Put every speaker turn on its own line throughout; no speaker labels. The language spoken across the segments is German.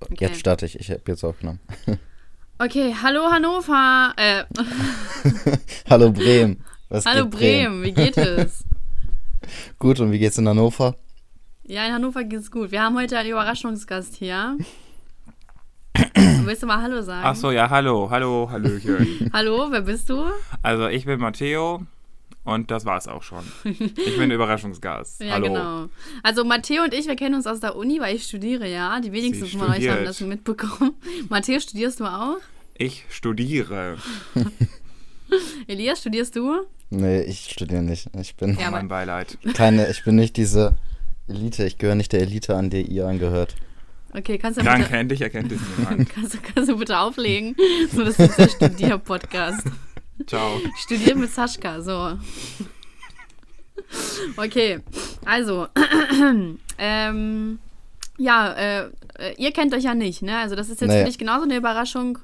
Okay. Jetzt starte ich. Ich habe jetzt aufgenommen.
Okay, hallo Hannover. Äh.
hallo Bremen.
Was hallo geht Bremen? Bremen, wie geht es?
gut, und wie geht's in Hannover?
Ja, in Hannover geht's gut. Wir haben heute einen Überraschungsgast hier. Und willst du mal Hallo sagen?
Ach so, ja, hallo, hallo, hallöchen.
hallo, wer bist du?
Also, ich bin Matteo und das war's auch schon. Ich bin Überraschungsgast.
ja,
hallo.
genau. Also, Matteo und ich, wir kennen uns aus der Uni, weil ich studiere, ja. Die wenigsten
Sie
von euch haben
studiert.
das mitbekommen. Matteo, studierst du auch?
Ich studiere.
Elias, studierst du?
Nee, ich studiere nicht. Ich bin
Ja, aber-
mein Beileid.
keine, ich bin nicht diese Elite. Ich gehöre nicht der Elite, an die ihr angehört.
Okay, kannst du
Danke, endlich erkennt es niemand.
bitte, kannst, du- kannst du bitte auflegen? So, das ist der Studier-Podcast.
Ciao.
Studieren mit Saschka, so. Okay, also, ähm, ja, äh, äh, ihr kennt euch ja nicht, ne? Also das ist jetzt
Nee.
für dich genauso eine Überraschung.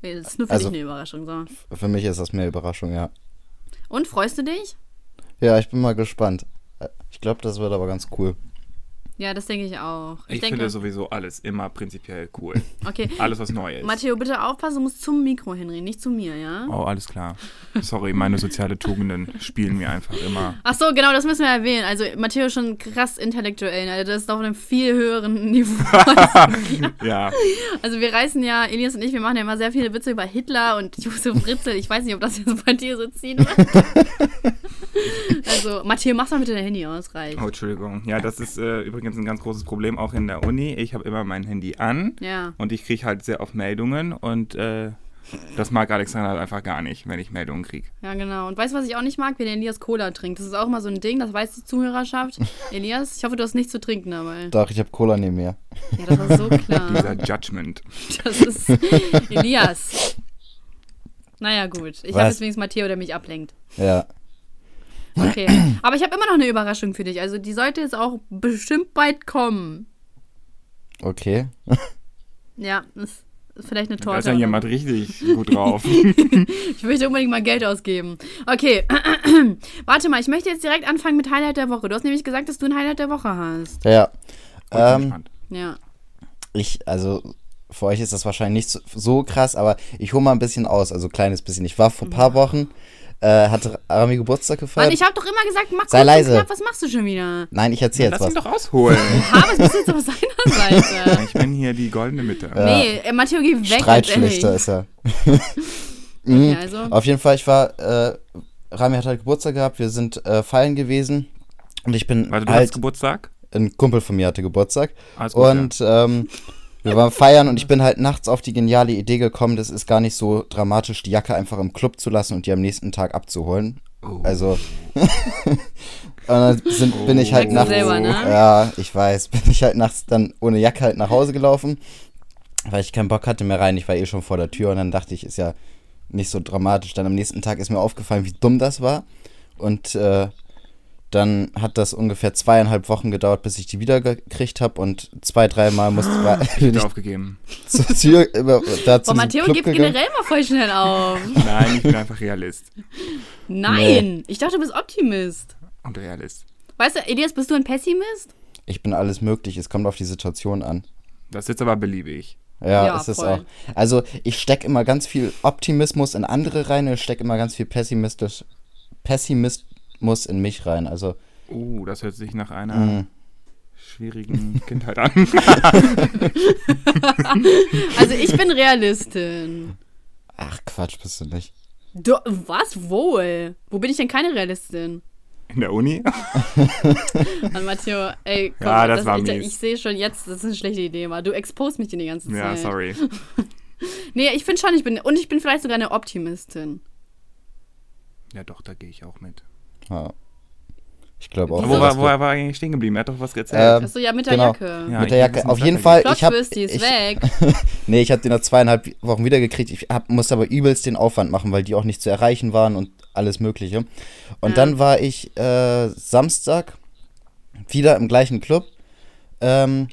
Nee, Das ist nur für
Also-
dich eine Überraschung, so.
Für mich ist das mehr Überraschung, ja.
Und, freust du dich?
Ja, ich bin mal gespannt. Äh, Ich glaube, das wird aber ganz cool.
Ja, das denke ich auch.
Ich,
denke,
finde sowieso alles immer prinzipiell cool.
okay.
Alles, was neu ist.
Matteo, bitte aufpassen, du musst zum Mikro hinreden, nicht zu mir, ja?
Oh, alles klar. Sorry, meine soziale Tugenden spielen mir einfach immer.
Ach so, genau, das müssen wir erwähnen. Also Matteo ist schon krass intellektuell, ne? das ist auf einem viel höheren Niveau.
Ja,
Also wir reißen ja, Elias und ich, wir machen ja immer sehr viele Witze über Hitler und Josef Ritzel. Ich weiß nicht, ob das jetzt bei dir so ziehen wird. also, Matthias, mach's mal bitte dein Handy aus, reicht.
oh, Entschuldigung. Ja, das ist äh, übrigens ein ganz großes Problem auch in der Uni. Ich habe immer mein Handy an
Ja.
und ich kriege halt sehr oft Meldungen und äh, das mag Alexander halt einfach gar nicht, wenn ich Meldungen kriege.
ja, genau. Und weißt du, was ich auch nicht mag? Wenn Elias Cola trinkt. Das ist auch immer so ein Ding, das weiß die Zuhörerschaft. Elias, ich hoffe, du hast nichts zu trinken dabei.
Doch, ich habe Cola neben mir.
Ja, das war so
Dieser
klar.
Judgment.
Das ist Elias. Naja, gut. Ich habe
Was?
jetzt wenigstens Matteo, der mich ablenkt.
Ja.
Okay. Aber ich habe immer noch eine Überraschung für dich. Also, die sollte jetzt auch bestimmt bald kommen.
Okay.
Ja, das ist vielleicht eine
Da
Torte.
ist ja
oder-
jemand richtig gut drauf.
Ich möchte unbedingt mal Geld ausgeben. Okay, warte mal, ich möchte jetzt direkt anfangen mit Highlight der Woche. Du hast nämlich gesagt, dass du ein Highlight der Woche hast.
Ja. Ähm,
Spannend.
Ja.
ich, also für euch ist das wahrscheinlich nicht so, so krass, aber ich hole mal ein bisschen aus, also ein kleines bisschen. Ich war vor ein paar Wochen, äh, hatte Arami Geburtstag gefeiert.
Mann, ich habe doch immer gesagt, mach
sei
kurz
leise.
und knapp, was machst du schon wieder?
Nein, ich erzähle jetzt
Lass
was.
ihn doch ausholen.
Aber es ist jetzt auf seiner Seite.
Ich bin hier die goldene Mitte.
Nee, äh, Matteo, geh weg.
Streitschlichter
jetzt,
ist er.
ehrlich.
Mhm.
Ja, also,
Auf jeden Fall, ich war, äh, Rami hat halt Geburtstag gehabt, wir sind äh, feiern gewesen und ich bin
Warte, du hast
halt,
Geburtstag?
ein Kumpel von mir hatte Geburtstag
Alles gut,
und ähm, wir waren feiern und ich bin halt nachts auf die geniale Idee gekommen, das ist gar nicht so dramatisch, die Jacke einfach im Club zu lassen und die am nächsten Tag abzuholen.
Oh.
Also, und dann sind, bin ich halt
Merkst du
nachts,
selber, ne?
ja, ich weiß, bin ich halt nachts dann ohne Jacke halt nach Hause gelaufen, weil ich keinen Bock hatte mehr rein. Ich war eh schon vor der Tür und dann dachte ich, ist ja nicht so dramatisch. Dann am nächsten Tag ist mir aufgefallen, wie dumm das war und äh, dann hat das ungefähr zweieinhalb Wochen gedauert, bis ich die wiedergekriegt habe und zwei, dreimal musste war- bin
Ich
ich
hab aufgegeben.
zur Tür über, da
boah,
zum
Matteo
Club
gibt
gegangen.
generell mal voll schnell auf.
Nein, ich bin einfach Realist.
Nein, ich dachte, du bist Optimist.
Und Realist.
Weißt du, Elias, bist du ein Pessimist?
Ich bin alles möglich, es kommt auf die Situation an.
Das ist jetzt aber beliebig.
Ja,
Ja,
ist es
voll.
auch. Also ich stecke immer ganz viel Optimismus in andere rein und ich stecke immer ganz viel pessimistisch, Pessimismus in mich rein. Also
Oh, das hört sich nach einer
Mhm.
schwierigen Kindheit an.
Also, ich bin Realistin.
ach Quatsch, bist du nicht.
Du, was wohl? Wo bin ich denn keine Realistin?
In der Uni?
Mann, Matteo, ey, komm,
Ja, das war
ich,
mies.
ich sehe schon jetzt, das ist eine schlechte Idee, mal. Du expost mich in die ganze Zeit.
Ja, sorry.
Nee, ich finde schon, ich bin, und ich bin vielleicht sogar eine Optimistin.
Ja, doch, da gehe ich auch mit.
Ja. Ich glaube auch.
Aber
Wieso?
dass
wo, war,
wir-
wo war er eigentlich stehen geblieben? Er hat doch was erzählt.
Ähm,
Achso, ja, mit der
genau.
Jacke.
Ja,
mit
ich
der
will
Jacke.
wissen,
Auf
was
jeden
weitergeht.
Fall.
Plot
Ich habe
Twist, die ist weg.
nee, ich habe die nach zweieinhalb Wochen wiedergekriegt. Ich hab, musste aber übelst den Aufwand machen, weil die auch nicht zu erreichen waren und alles Mögliche. Und
Ja.
dann war ich äh, Samstag wieder im gleichen Club. Ähm,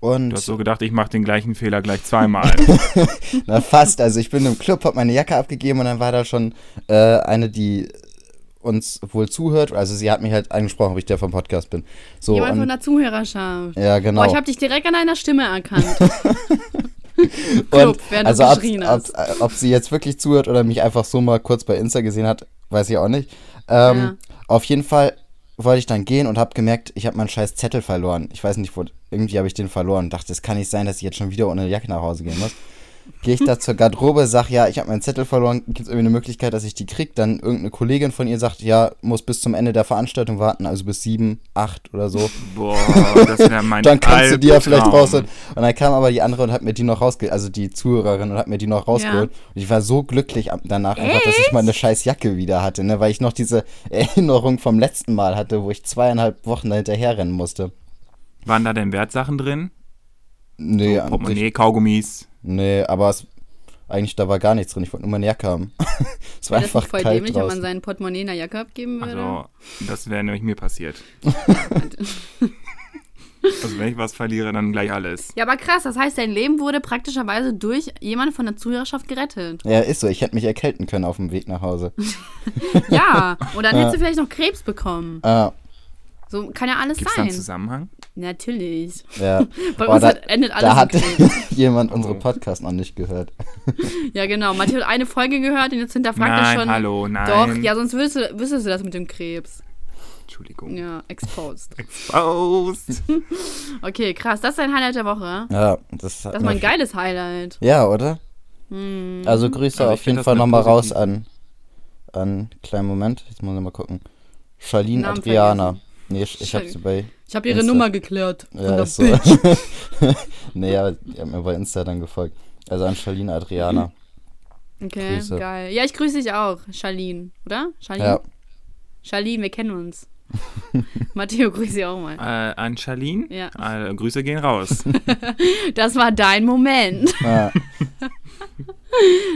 und
Du hast so gedacht, ich mache den gleichen Fehler gleich zweimal.
Na fast, also ich bin im Club, hab meine Jacke abgegeben und dann war da schon äh, eine, die uns wohl zuhört. Also sie hat mich halt angesprochen, ob ich der vom Podcast bin. So,
Jemand von
und,
der Zuhörerschaft.
ja, genau.
Boah, ich habe dich direkt an deiner Stimme erkannt.
Und
Club, während du
also ob,
geschrien
ob, ob sie jetzt wirklich zuhört oder mich einfach so mal kurz bei Insta gesehen hat, weiß ich auch nicht. Ähm, Auf jeden Fall wollte ich dann gehen und habe gemerkt, ich habe meinen scheiß Zettel verloren. Ich weiß nicht, wo, irgendwie habe ich den verloren. Dachte, es kann nicht sein, dass ich jetzt schon wieder ohne Jacke nach Hause gehen muss. Gehe ich da zur Garderobe, sag ja, ich habe meinen Zettel verloren, gibt es irgendwie eine Möglichkeit, dass ich die krieg? Dann irgendeine Kollegin von ihr sagt, ja, muss bis zum Ende der Veranstaltung warten, also bis sieben, acht oder so.
Boah, das wäre mein
dann kannst du die ja vielleicht
Albtraum.
rausholen. Und dann kam aber die andere und hat mir die noch rausgeholt, also die Zuhörerin und hat mir die noch rausgeholt. Und ich war so glücklich am- danach einfach, dass ich mal eine scheiß Jacke wieder hatte, ne? weil ich noch diese Erinnerung vom letzten Mal hatte, wo ich zweieinhalb Wochen da hinterherrennen musste.
Waren da denn Wertsachen drin?
Nee, an sich-
Oh, Portemonnaie, Kaugummis.
nee aber es, eigentlich da war gar nichts drin. Ich wollte nur meine Jacke haben. es war
Wäre das
einfach
nicht voll
kalt
dämlich, wenn man
draußen.
seinen Portemonnaie in der Jacke abgeben würde?
Also, das wäre nämlich mir passiert. also, wenn ich was verliere, dann gleich alles.
Ja, aber krass, das heißt, dein Leben wurde praktischerweise durch jemanden von der Zuhörerschaft gerettet.
Ja, ist so. Ich hätte mich erkälten können auf dem Weg nach Hause.
Ja, und dann hättest du vielleicht noch Krebs bekommen.
Ah,
So kann ja alles
Gibt es da einen
sein.
Zusammenhang?
Natürlich.
ja.
Bei
Boah,
uns
da-
hat- endet alles
da
im
hat
Krebs.
jemand unsere
Oh.
Podcast noch nicht gehört.
Ja, genau. Matthias hat eine Folge gehört und jetzt hinterfragt
nein,
er schon.
hallo, nein.
Doch, ja, sonst wüsstest du, wüsstest du das mit dem Krebs.
Entschuldigung.
Ja, exposed.
Exposed.
Okay, krass. Das ist dein Highlight der Woche.
Ja, das, hat
Das ist mal
mir
ein geiles Highlight. Hm.
Ja, oder? Also Grüße
Also
auf
ich find
jeden
das
Fall
eine
nochmal raus
positive-
an, an, kleinen Moment, jetzt muss ich mal gucken. Charlene
Namen
Adriana. Nee, ich, ich hab
Schal-
sie bei,
Ich habe ihre
Insta.
Nummer geklärt. Von
ja,
der
ist so.
Bitch.
nee, aber die hat mir bei Insta dann gefolgt. Also an Charlene Adriana.
Okay,
Grüße.
geil. Ja, ich grüße dich auch, Charlene, oder? Charlene?
Ja,
Charlene, wir kennen uns. Matteo, grüße dich auch
Äh,
mal.
an Charlene?
Ja.
Äh, Grüße gehen raus.
Das war dein Moment.
ah,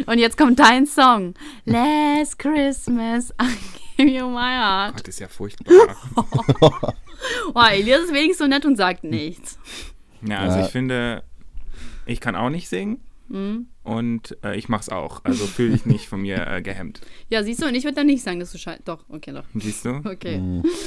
Und jetzt kommt dein Song. Last Christmas, I gave you my heart.
Gott, ist ja furchtbar.
Oh, Elias ist wenigstens so nett und sagt nichts.
Ja, also
Ja.
ich finde, ich kann auch nicht singen.
Mhm.
Und äh, ich mach's auch. Also fühle ich nicht von mir äh, gehemmt.
Ja, siehst du, und ich würde dann nicht sagen, dass du scheiße. Doch, okay, doch.
Siehst du?
Okay.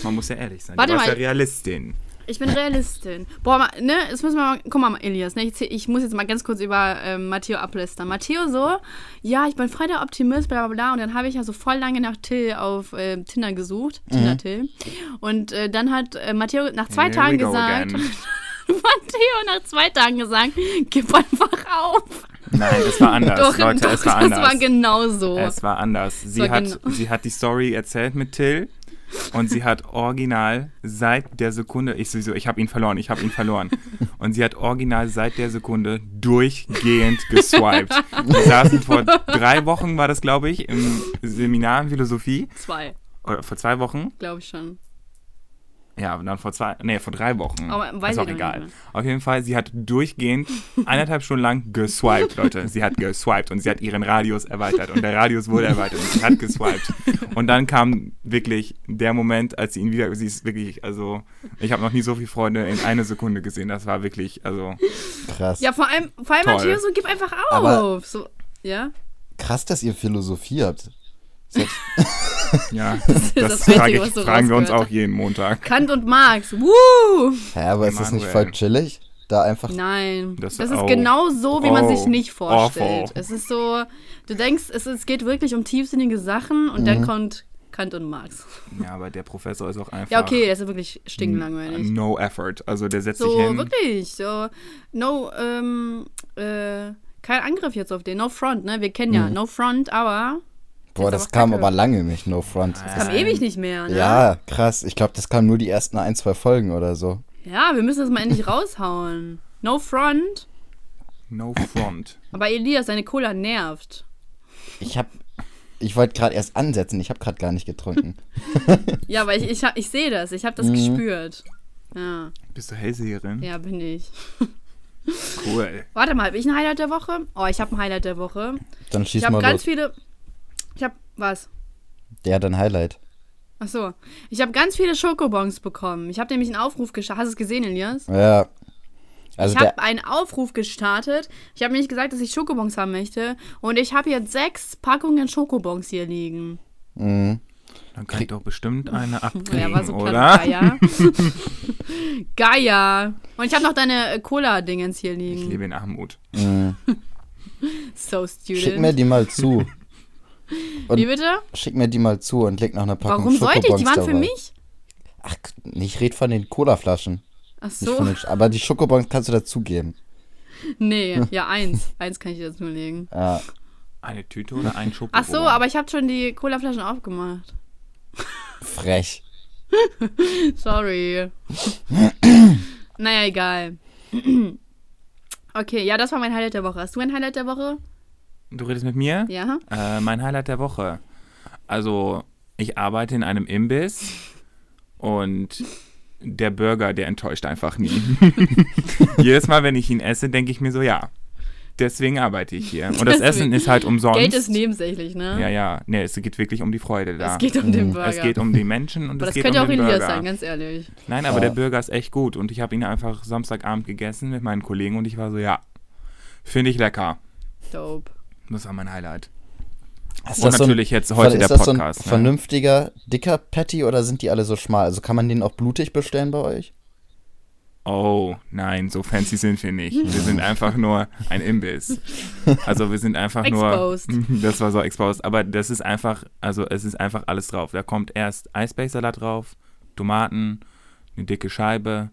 Man muss ja ehrlich sein.
Warte
du warst
mal.
ja Realistin.
Ich bin Realistin. Boah, ma- ne, jetzt müssen wir mal. Guck mal, Elias, ne, ich, zäh- ich muss jetzt mal ganz kurz über ähm, Matteo ablästern. Matteo so, ja, ich bin voll der Optimist, bla bla bla. Und dann habe ich ja so voll lange nach Till auf ähm, Tinder gesucht.
Mhm.
Tinder Till. Und äh, dann hat äh, Matteo nach zwei
Here
Tagen
we go
gesagt.
again.
Matteo nach zwei Tagen gesagt, gib einfach auf.
Nein, das war anders. Leute, es war
das
anders.
war genau so.
es war anders. Sie,
war
hat,
genau-
sie hat die Story erzählt mit Till und sie hat original seit der Sekunde, ich sowieso, ich habe ihn verloren, ich habe ihn verloren. Und sie hat original seit der Sekunde durchgehend geswiped. Wir saßen vor drei Wochen, war das glaube ich, im Seminar in Philosophie,
Zwei,
oder vor zwei Wochen.
glaube ich schon.
Ja, und dann vor zwei, nee, vor drei Wochen.
Aber weiß
ist
ich
auch
doch
egal.
nicht
Auf jeden Fall, sie hat durchgehend eineinhalb Stunden lang geswiped, Leute. Sie hat geswiped und sie hat ihren Radius erweitert und der Radius wurde erweitert und sie hat geswiped. Und dann kam wirklich der Moment, als sie ihn wieder, sie ist wirklich, also, ich habe noch nie so viele Freunde in einer Sekunde gesehen. Das war wirklich, also,
krass.
Ja, vor allem, vor allem
Toll.
Matteo so, gib einfach auf.
Aber-
so, ja?
Krass, dass ihr Philosophie habt.
ja,
ist das
das,
Einzige,
frage
was
ich,
du
fragen wir uns
rausgehört
auch jeden Montag.
Kant und Marx. Woo!
Hä, aber ist das nicht
Emanuel.
voll chillig? Da einfach.
Nein. Das,
Das-
ist
oh.
genau so, wie man
Oh.
sich nicht vorstellt.
Awful.
Es ist so, du denkst, es, es geht wirklich um tiefsinnige Sachen und
Mhm.
dann kommt Kant und Marx.
Ja, aber der Professor ist auch einfach.
Ja, okay, das ist wirklich stinklangweilig.
No effort. Also, der setzt
So,
sich hin.
wirklich. So, no, ähm, äh, kein Angriff jetzt auf den. No front, ne? Wir kennen
Hm.
ja. No front, aber.
Boah,
das ist
das
aber
kam
kacke.
aber lange nicht, No Front.
Das kam ewig nicht mehr, ne?
Ja, krass. Ich glaube, das kam nur die ersten ein, zwei Folgen oder so.
Ja, wir müssen das mal endlich raushauen. No front.
No front.
Aber Elias, seine Cola nervt.
Ich hab. Ich wollte gerade erst ansetzen, ich habe gerade gar nicht getrunken.
Ja, aber ich, ich, hab- ich sehe das. Ich habe
Mhm.
das gespürt. Ja,
Bist du Hellseherin?
ja, bin ich.
Cool.
Warte mal, habe ich ein Highlight der Woche? Oh, ich habe ein Highlight der Woche.
Dann
Ich
schieß
habe
mal
ganz
los.
viele. Ich habe was?
Der hat ein Highlight.
Ach so. Ich habe ganz viele Schokobons bekommen. Ich habe nämlich einen Aufruf gestartet. Hast du es gesehen, Elias?
Ja. Also
ich
der.
habe einen Aufruf gestartet. Ich habe nämlich gesagt, dass ich Schokobons haben möchte. Und ich habe jetzt sechs Packungen Schokobons hier liegen.
Dann kann ich doch bestimmt eine abkriegen,
Oh Ja, war so klar.
oder?
Geier. Geier. Und ich habe noch deine äh, Cola-Dingens hier
Ich
liegen.
lebe in Armut.
Mhm.
So student.
Schick mir die mal zu. und-
Wie bitte?
Schick mir die mal zu und leg noch eine Packung
Warum sollte ich? Die
Schokobons
waren für
dabei.
mich.
Ach, ich red von den Colaflaschen.
Ach
Nicht von
so.
den Sch- aber die Schokobons kannst du dazugeben.
Nee, ja, eins. eins kann ich dir jetzt nur legen.
Ja.
Eine Tüte oder ein Schokobon?
Ach so, aber ich habe schon die Colaflaschen aufgemacht.
Frech.
Sorry. naja, egal. Okay, ja, das war mein Highlight der Woche. Hast du ein Highlight der Woche?
Du redest mit mir?
Ja.
Äh, mein Highlight der Woche. Also, ich arbeite in einem Imbiss und der Burger, der enttäuscht einfach nie. Jedes Mal, wenn ich ihn esse, denke ich mir so, ja, deswegen arbeite ich hier. Und das
Deswegen.
Essen ist halt umsonst.
Geld ist nebensächlich, ne?
Ja, ja. Nee, es geht wirklich um die Freude da.
Es geht um den Burger.
Es geht um die Menschen und
Aber
es
das
geht
könnte
um
auch
den
Elias
Burger.
sein, ganz ehrlich.
Nein, aber
Ja.
der Burger ist echt gut und ich habe ihn einfach Samstagabend gegessen mit meinen Kollegen und ich war so, ja, finde ich lecker.
Dope.
Das war mein Highlight.
Ist
Und
das so ein-
natürlich jetzt heute
ist
der
das so ein
Podcast, ne?
vernünftiger, dicker Patty oder sind die alle so schmal? Also kann man den auch blutig bestellen bei euch?
Oh, nein, so fancy sind wir nicht. Wir sind einfach nur ein Imbiss. Also wir sind einfach
Exposed.
nur. Das war so exposed. Aber das ist einfach, also es ist einfach alles drauf. Da kommt erst Eisbergsalat drauf, Tomaten, eine dicke Scheibe.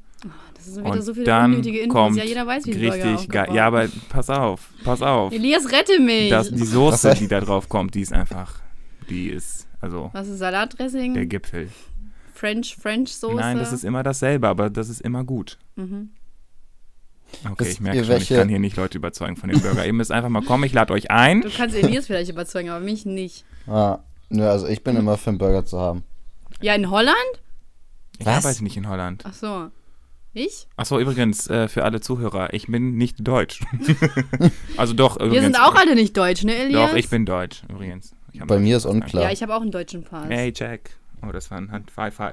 Das sind wieder
Und
so viele
dann
unnötige Infos.
kommt
Ja, jeder weiß, wie ein Burger
richtig geil.
aufgebaut
Ja, aber pass auf, pass auf.
Elias, rette mich!
Das, die Soße,
Das-
die da drauf kommt, die ist einfach, die ist, also
Was ist
der
Salatdressing?
Gipfel.
French, French Soße?
Nein, das ist immer dasselbe, aber das ist immer gut.
Mhm.
Okay,
Wisst
ich merke
ihr,
schon,
welche-
ich kann hier nicht Leute überzeugen von dem Burger. Ihr müsst einfach mal kommen, ich lade euch ein.
Du kannst Elias vielleicht überzeugen, aber mich nicht.
Ja. Nö, also ich
Hm.
bin immer für einen Burger zu haben.
Ja, in Holland?
Ich
Was?
arbeite nicht in Holland.
Ach so. Ich?
Achso, übrigens, äh, für alle Zuhörer, ich bin nicht deutsch. also doch, übrigens.
Wir sind auch alle nicht deutsch, ne, Elias?
Doch, ich bin deutsch, übrigens. Ich hab
Bei
noch-
mir ist unklar.
Ja, ich habe auch einen deutschen Pass.
Hey, Jack. Oh, das war ein Hand Five Five.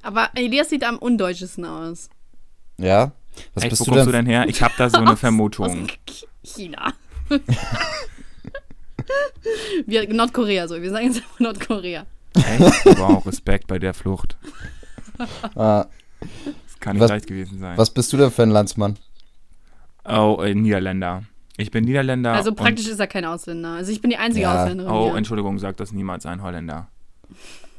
Aber Elias sieht am undeutschesten aus.
Ja? Was
Echt,
bist
wo
du
kommst
denn?
du denn her? Ich habe da so eine Vermutung.
Aus K- China. Wir, Nordkorea, so. Wir sagen jetzt einfach Nordkorea.
Echt? Wow, Respekt bei der Flucht.
Ah,
Das kann nicht
Was-
leicht gewesen sein.
was bist du denn für ein Landsmann?
Oh, äh, Niederländer. Ich bin Niederländer.
also
und-
praktisch ist er kein Ausländer. Also ich bin die einzige
Ja.
Ausländerin.
Oh,
hier.
Entschuldigung, sagt das niemals ein Holländer.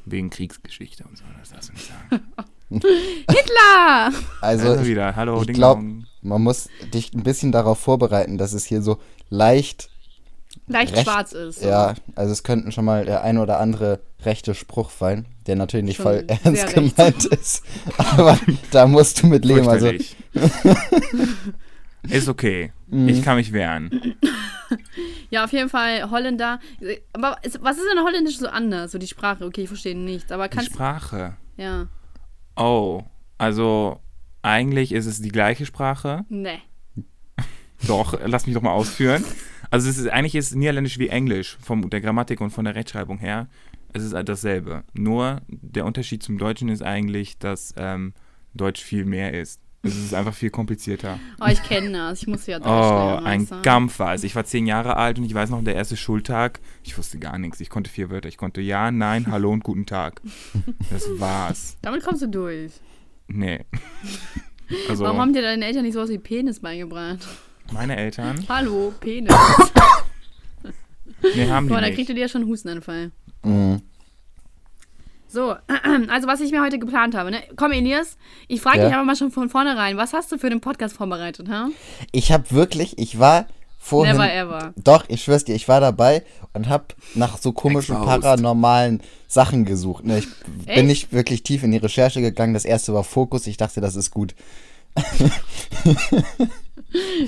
Wegen Kriegsgeschichte und so, das darfst du nicht sagen.
Hitler!
Also,
Also
ich,
wieder, hallo,
ich
Ding
glaub-
Dong.
man muss dich ein bisschen darauf vorbereiten, dass es hier so leicht,
Leicht
Recht-
schwarz ist.
ja, also es könnten schon mal der ein oder andere rechte Spruch fallen, der natürlich nicht
Schon
voll
sehr
ernst
rechts.
gemeint ist, aber da musst du mit leben. Also,
Fürchterlich. Ist okay.
Mhm.
Ich kann mich wehren.
Ja, auf jeden Fall Holländer. Aber ist, was ist denn Holländisch so anders? So die Sprache. Okay, ich verstehe nichts. Aber
Die
kannst
Sprache.
ja.
Oh, also eigentlich ist es die gleiche Sprache.
Nee.
Doch, lass mich doch mal ausführen. Also es ist eigentlich ist Niederländisch wie Englisch vom der Grammatik und von der Rechtschreibung her. Es ist halt dasselbe. Nur der Unterschied zum Deutschen ist eigentlich, dass ähm, Deutsch viel mehr ist. Es ist einfach viel komplizierter.
Oh, ich kenne das. Ich muss ja Deutsch
Oh,
lernen,
ein
weißt du?
Kampf war es. Ich war zehn Jahre alt und ich weiß noch, der erste Schultag, ich wusste gar nichts. Ich konnte vier Wörter. Ich konnte ja, nein, hallo und guten Tag. Das war's.
Damit kommst du durch.
Nee. Also,
Warum haben dir deine Eltern nicht sowas wie Penis beigebracht?
meine Eltern?
Hallo, Penis.
Nee, haben
Boah, da
die
kriegst
nicht.
du dir schon einen Hustenanfall.
mh,
So, also was ich mir heute geplant habe, ne? Komm, Elias, ich frage
Ja.
dich aber mal schon von vornherein, was hast du für den Podcast vorbereitet, ha?
ich habe wirklich, ich war vorhin,
Never ever.
Doch, ich schwör's dir, ich war dabei und hab nach so komischen
Exposed.
paranormalen Sachen gesucht. Ne, ich
Echt?
bin nicht wirklich tief in die Recherche gegangen. Das erste war Fokus. Ich dachte, das ist gut.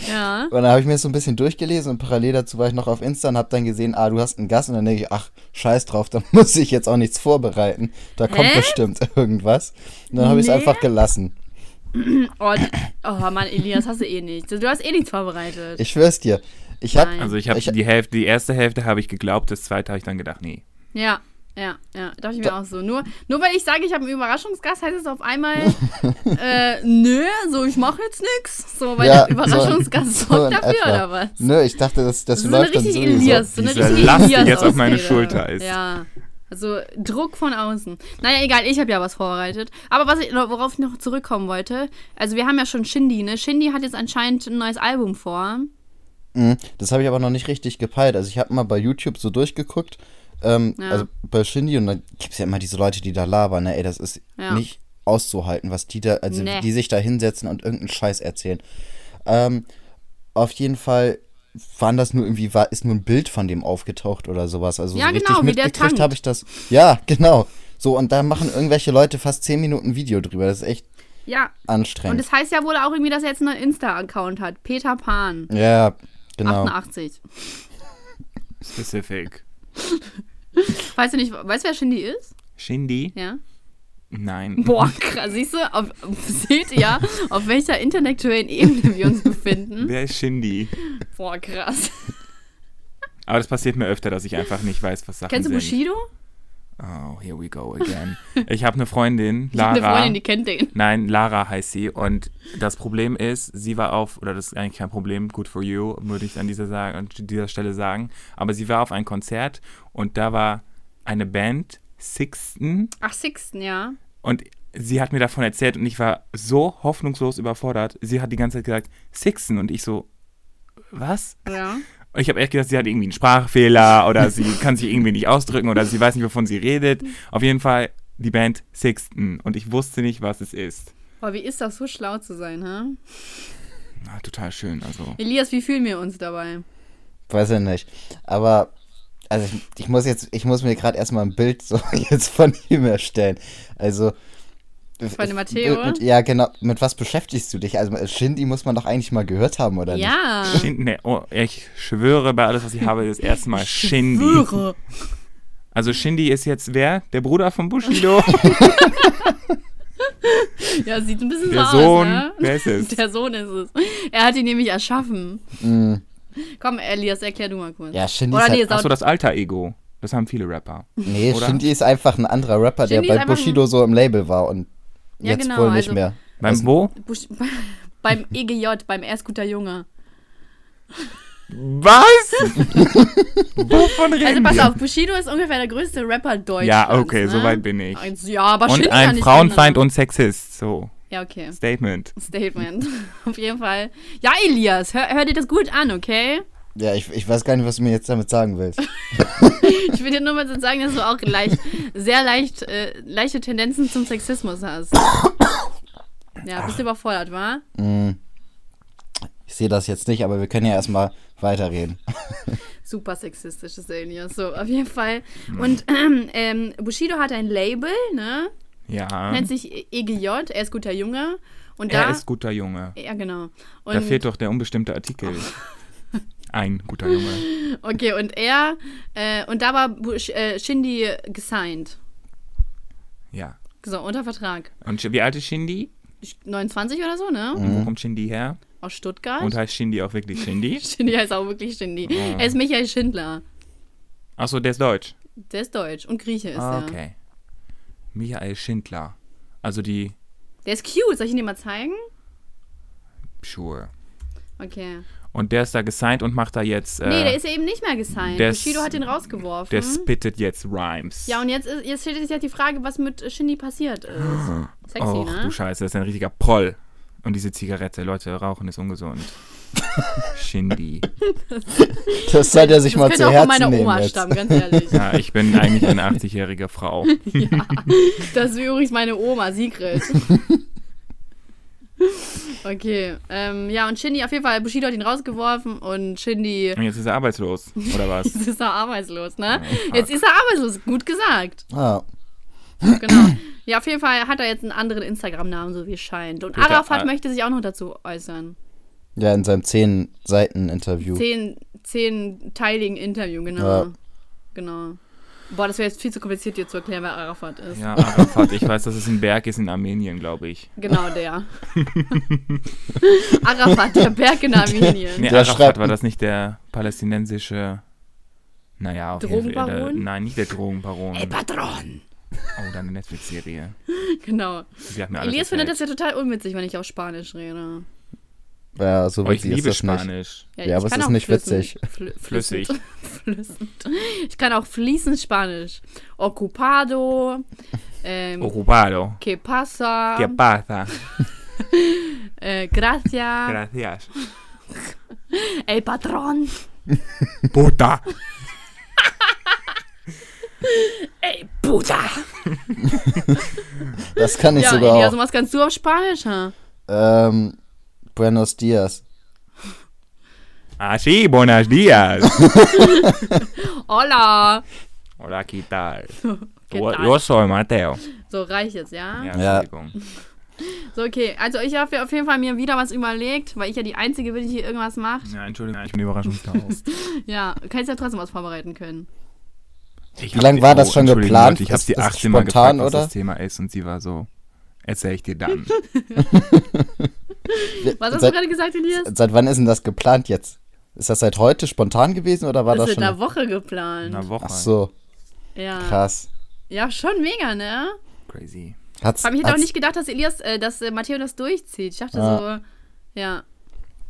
Ja.
Und dann habe ich mir das so ein bisschen durchgelesen und parallel dazu war ich noch auf Insta und hab dann gesehen, ah, du hast einen Gast und dann denke ich, ach, scheiß drauf, da muss ich jetzt auch nichts vorbereiten. Da kommt
Hä?
bestimmt irgendwas. Und dann habe ich es
Nee.
einfach gelassen.
Oh, oh Mann, Elias, hast du eh nichts. Du hast eh nichts vorbereitet.
Ich schwör's dir. Ich hab,
Nein.
Also ich habe
Ich-
die Hälfte, die erste Hälfte habe ich geglaubt, das zweite habe ich dann gedacht, nee.
ja. Ja, ja, dachte ich mir auch so. Nur, nur weil ich sage, ich habe einen Überraschungsgast, heißt es auf einmal, äh, nö, so ich mache jetzt nichts. So, weil
Ja,
der Überraschungsgast
so in
sorgt dafür
etwa.
oder was?
Nö, ich dachte, das, das
Das ist
läuft
eine
dann
richtige
sowieso.
Elias. So eine
Diese
richtige
Last, die
Elias
jetzt auf meine
Ausrede.
Schulter ist.
Ja. Also Druck von außen. Naja, egal, ich habe ja was vorbereitet. Aber was ich, worauf ich noch zurückkommen wollte, also wir haben ja schon Shindy, ne? Shindy hat jetzt anscheinend ein neues Album vor.
Mhm, Das habe ich aber noch nicht richtig gepeilt. Also ich habe mal bei YouTube so durchgeguckt, ähm,
Ja.
also bei Shindy und dann gibt es ja immer diese Leute, die da labern, ne? Ey, das ist
Ja.
nicht auszuhalten, was die da, also
Nee.
wie die sich da hinsetzen und irgendeinen Scheiß erzählen. Ähm, auf jeden Fall waren das nur irgendwie, war, ist nur ein Bild von dem aufgetaucht oder sowas. Also so
Ja,
richtig
genau, wie der
mitgekriegt
tankt.
habe ich das. Ja, genau. So, und da machen irgendwelche Leute fast 10 Minuten Video drüber. Das ist echt
Ja. Und
anstrengend.
das heißt ja wohl auch irgendwie, dass er jetzt einen neuen Insta-Account hat. Peter Pan.
ja, genau.
88.
Specific.
Weißt du nicht, weißt du, wer Shindy ist?
Shindy?
Ja.
Nein.
Boah, krass. Siehst du, auf, seht ihr, auf welcher intellektuellen Ebene wir uns befinden?
Wer ist Shindy?
Boah, krass.
Aber das passiert mir öfter, dass ich einfach nicht weiß, was Sachen
Kennst du
sind.
Bushido?
Oh, here we go again. Ich habe eine Freundin,
Ich hab
Lara.
Eine Freundin, die kennt den.
Nein, Lara heißt sie. Und das Problem ist, sie war auf, oder das ist eigentlich kein Problem, good for you, würde ich an dieser, sa- an dieser Stelle sagen. Aber sie war auf ein Konzert und da war eine Band, Sixten.
Ach, Sixten, ja.
Und sie hat mir davon erzählt und ich war so hoffnungslos überfordert. Sie hat die ganze Zeit gesagt, Sixten. Und ich so, was?
Ja.
Und ich habe echt gedacht, sie hat irgendwie einen Sprachfehler oder sie kann sich irgendwie nicht ausdrücken oder sie weiß nicht, wovon sie redet.
Mhm.
Auf jeden Fall die Band Sixten. Und ich wusste nicht, was es ist.
Boah, wie ist das so schlau zu sein, hä?
Ah, total schön, also.
Elias, wie fühlen wir uns dabei?
Weiß ich nicht. Aber also ich, ich muss jetzt, ich muss mir gerade erstmal ein Bild so jetzt von ihm erstellen. Also. äh,
Von dem Matteo?
Mit, ja, genau. Mit was beschäftigst du dich? Also Shindy muss man doch eigentlich mal gehört haben, oder nicht?
Ja.
Shin, nee, oh, ich schwöre bei alles, was ich habe, das erste Mal Shindy.
Schwöre.
Also Shindy ist jetzt wer? Der Bruder von Bushido?
Ja, sieht ein bisschen
Der
so
Sohn,
aus, ne?
wer ist es?
Der Sohn ist es. Er hat ihn nämlich erschaffen.
Mm.
Komm, Elias, erklär du mal kurz.
Ja, Shindy
Oder
ist
nee,
halt-
Saud-
Achso, das Alter-Ego. Das haben viele Rapper.
Nee,
Oder?
Shindy ist einfach ein anderer Rapper,
Shindy
der
ist
bei
einfach
Bushido so im Label war und
Ja,
jetzt
genau,
wohl nicht
also-
mehr.
Beim
Also-
Bo?
Busch- beim EGJ, beim erst guter Junge.
Was? Wovon reden
Also pass
wir?
auf, Bushido ist ungefähr der größte Rapper Deutschlands.
Ja, okay,
ne?
so weit bin ich.
Eins- Ja, aber
Und
Shindy kann
ein
ich
Frauenfeind
ändern.
und Sexist. So,
Ja, okay.
Statement.
Statement. Auf jeden Fall. Ja, Elias, hör, hör dir das gut an, okay?
Ja, ich, ich weiß gar nicht, was du mir jetzt damit sagen willst.
Ich will dir nur mal so sagen, dass du auch leicht, sehr leicht, äh, leichte Tendenzen zum Sexismus hast. Ja, bist du überfordert, wa?
Ich sehe das jetzt nicht, aber wir können ja erstmal weiterreden.
Super sexistisch ist der Elias. So, auf jeden Fall. Und ähm, ähm, Bushido hat ein Label, ne?
Ja.
Nennt sich EGJ, er ist guter Junge. Und da.
Mhm. Er ist guter Junge.
ja, genau. Und,
Da fehlt doch der unbestimmte Artikel. Ein guter Junge.
Okay, und er, äh, und da war Bush, äh, Shindy gesigned.
Ja.
So, unter Vertrag.
Und wie alt ist Shindy?
29 oder so, ne?
Und wo kommt Shindy her?
Aus Stuttgart.
Und heißt Shindy auch wirklich Shindy?
Shindy heißt auch wirklich Shindy.
Ah.
Er ist Michael Schindler.
Achso, der ist deutsch.
Der ist deutsch und Grieche ist
Ah,
er.
okay. Michael Schindler. Also die
Der ist cute. Soll ich ihn dir mal zeigen?
Schuhe.
Okay.
Und der ist da gesigned und macht da jetzt. Äh,
nee, der ist ja eben nicht mehr gesigned.
der
Bushido
ist-
hat den rausgeworfen.
der spittet jetzt Rhymes.
ja, und jetzt, ist, jetzt steht sich halt die Frage, was mit Shindy passiert ist. Sexy,
Ah. Och,
ne?
du Scheiße, das ist ein richtiger Proll. Und diese Zigarette, Leute, rauchen ist ungesund. Shindy.
Das sollte er sich
das
mal zu
könnte auch von
Herzen
meiner
nehmen
Oma
jetzt.
stammen, ganz ehrlich.
Ja, ich bin eigentlich eine 80-jährige Frau.
Das ist übrigens meine Oma, Sigrid. Okay, ähm, ja, und Shindy, auf jeden Fall, Bushido hat ihn rausgeworfen und Shindy
Und jetzt ist er arbeitslos, oder was?
jetzt ist er arbeitslos, ne?
Oh, fuck.
Jetzt ist er arbeitslos, gut gesagt.
Ah,
Genau. Ja, auf jeden Fall hat er jetzt einen anderen Instagram-Namen, so wie es scheint. Und
Peter
Arafat
Al-
möchte sich auch noch dazu äußern.
ja, in seinem 10-Seiten-Interview.
Zehn, zehnteiligen Interview, genau.
Ja.
Genau. Boah, das wäre jetzt viel zu kompliziert, dir zu erklären, wer Arafat ist.
Ja, Arafat, ich weiß, dass es ein Berg ist in Armenien, glaube ich.
Genau der. Arafat, der Berg in Armenien.
Nee,
Der
Arafat
schreibt-
war das nicht der palästinensische Naja, auf jeden Fall. der-
Drogenbaron?
Nein, nicht der Drogenbaron.
Ey, Patron!
Oh, deine Netflix-Serie.
Genau.
Sie hat mir alles
Elias findet das
erzählt.
ja total unwitzig, wenn ich auf Spanisch rede.
Ja, so
Oh, ich
witzig ist
liebe
das nicht.
Spanisch.
Ja, aber es ist nicht witzig.
Fl
Flüssig.
flüssend. flüssend. Ich kann auch fließend Spanisch. Ocupado. Ähm,
Oh.
Ocupado.
Que pasa?
¿Qué pasa?
Äh, gracias.
Gracias.
El Patron.
Puta!
El Puta.
Das kann ich
Ja,
sogar
Elias,
auch.
und was kannst du auf Spanisch? Huh?
Ähm, Buenos Dias.
Ah, sí, buenos días.
Hola.
Hola, ¿qué tal?
¿Qué
Yo-
tal? Ah.
Yo soy Mateo.
So, reicht jetzt, ja?
Ja,
Ja.
Entschuldigung.
So, okay. Also, ich habe auf jeden Fall mir wieder was überlegt, weil ich ja die Einzige bin, die hier irgendwas macht.
Ja, Entschuldigung, ich bin überraschungslos.
Ja, du kannst ja trotzdem was vorbereiten können.
Wie lang war das schon geplant?
Oh, Ich habe
Ist
sie
das
18 Mal gefragt,
spontan,
was
oder?
das Thema ist und sie war so, erzähl ich dir dann.
Was hast du
Seit-
gerade gesagt, Elias?
Seit wann ist denn das geplant jetzt? Ist das seit heute spontan gewesen oder war
Das
das
ist in der
schon?
Woche
In
geplant.
einer Woche.
Ach so,
ja.
krass.
ja, schon mega, ne?
Crazy.
Hat's,
Aber ich hätte auch
hat's-
nicht gedacht, dass Elias, äh, dass äh, Matteo das durchzieht. Ich dachte
Ja.
so, ja.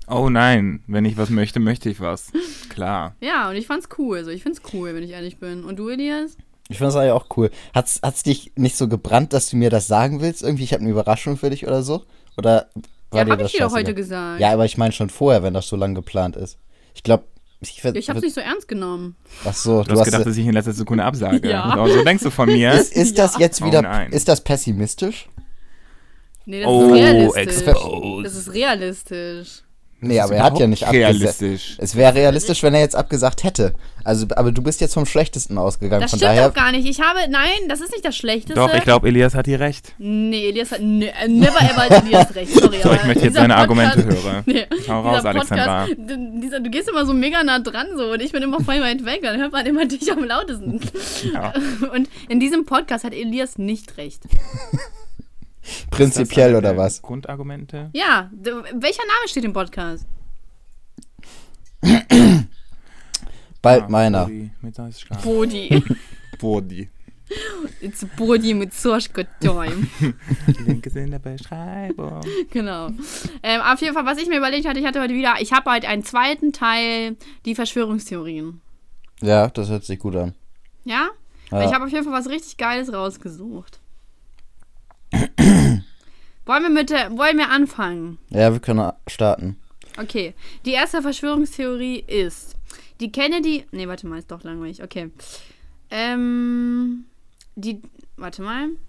Oh nein, wenn ich was möchte, möchte ich was. Klar.
Ja, und ich fand's cool. So, ich find's cool, wenn ich ehrlich bin. Und du, Elias?
Ich finde das eigentlich auch cool. Hat's, hat's dich nicht so gebrannt, dass du mir das sagen willst? Irgendwie, ich habe eine Überraschung für dich oder so? Oder war
Ja,
dir
hab
das
ich dir doch
scheißegal?
heute gesagt.
Ja, aber ich meine schon vorher, wenn das so lang geplant ist. Ich glaube, ich,
Ich hab's nicht so ernst genommen.
Ach so,
Du hast gedacht, dass ich in letzter Sekunde absage.
Ja.
Genau, so denkst du von mir.
ist, ist das jetzt
Oh
wieder,
nein.
ist das pessimistisch?
Nee, das
Oh,
ist realistisch.
exposed.
Das ist realistisch.
Nee,
Das ist
aber er hat ja
überhaupt
nicht abgesagt.
Realistisch.
Es wäre realistisch, wenn er jetzt abgesagt hätte. Also, aber du bist jetzt vom Schlechtesten ausgegangen.
Das
Von
stimmt
daher,
doch gar nicht. Ich habe, nein, das ist nicht das Schlechteste.
Doch, ich glaube, Elias hat hier recht.
Nee, Elias hat, nee, äh, never ever hat Elias recht. Sorry,
So,
aber
ich möchte jetzt
dieser
deine
Podcast-
Argumente hören.
Nee,
Hau
dieser
raus, Alexandra.
Podcast, d- Dieser, du gehst immer so mega nah dran so und ich bin immer voll weit weg, dann hört man immer dich am lautesten.
Ja.
Und in diesem Podcast hat Elias nicht recht.
prinzipiell
Das
oder
sind, äh,
was?
Grundargumente?
Ja, d- welcher Name steht im Podcast?
Ah,
Bald meiner.
Body, mit Salzschlag.
Bodi.
Body.
It's Bodi mit Sorschkotäum.
Link ist in der Beschreibung.
Genau. Ähm, auf jeden Fall, was ich mir überlegt hatte, ich hatte heute wieder, ich habe heute einen zweiten Teil, die Verschwörungstheorien.
Ja, das hört sich gut an.
Ja?
Ja.
Ich habe auf jeden Fall was richtig Geiles rausgesucht. wollen, wir mit der, wollen wir anfangen?
Ja, wir können starten.
Okay, die erste Verschwörungstheorie ist, die Kennedy. Nee, warte mal, ist doch langweilig. Okay. Ähm. Die. Warte mal.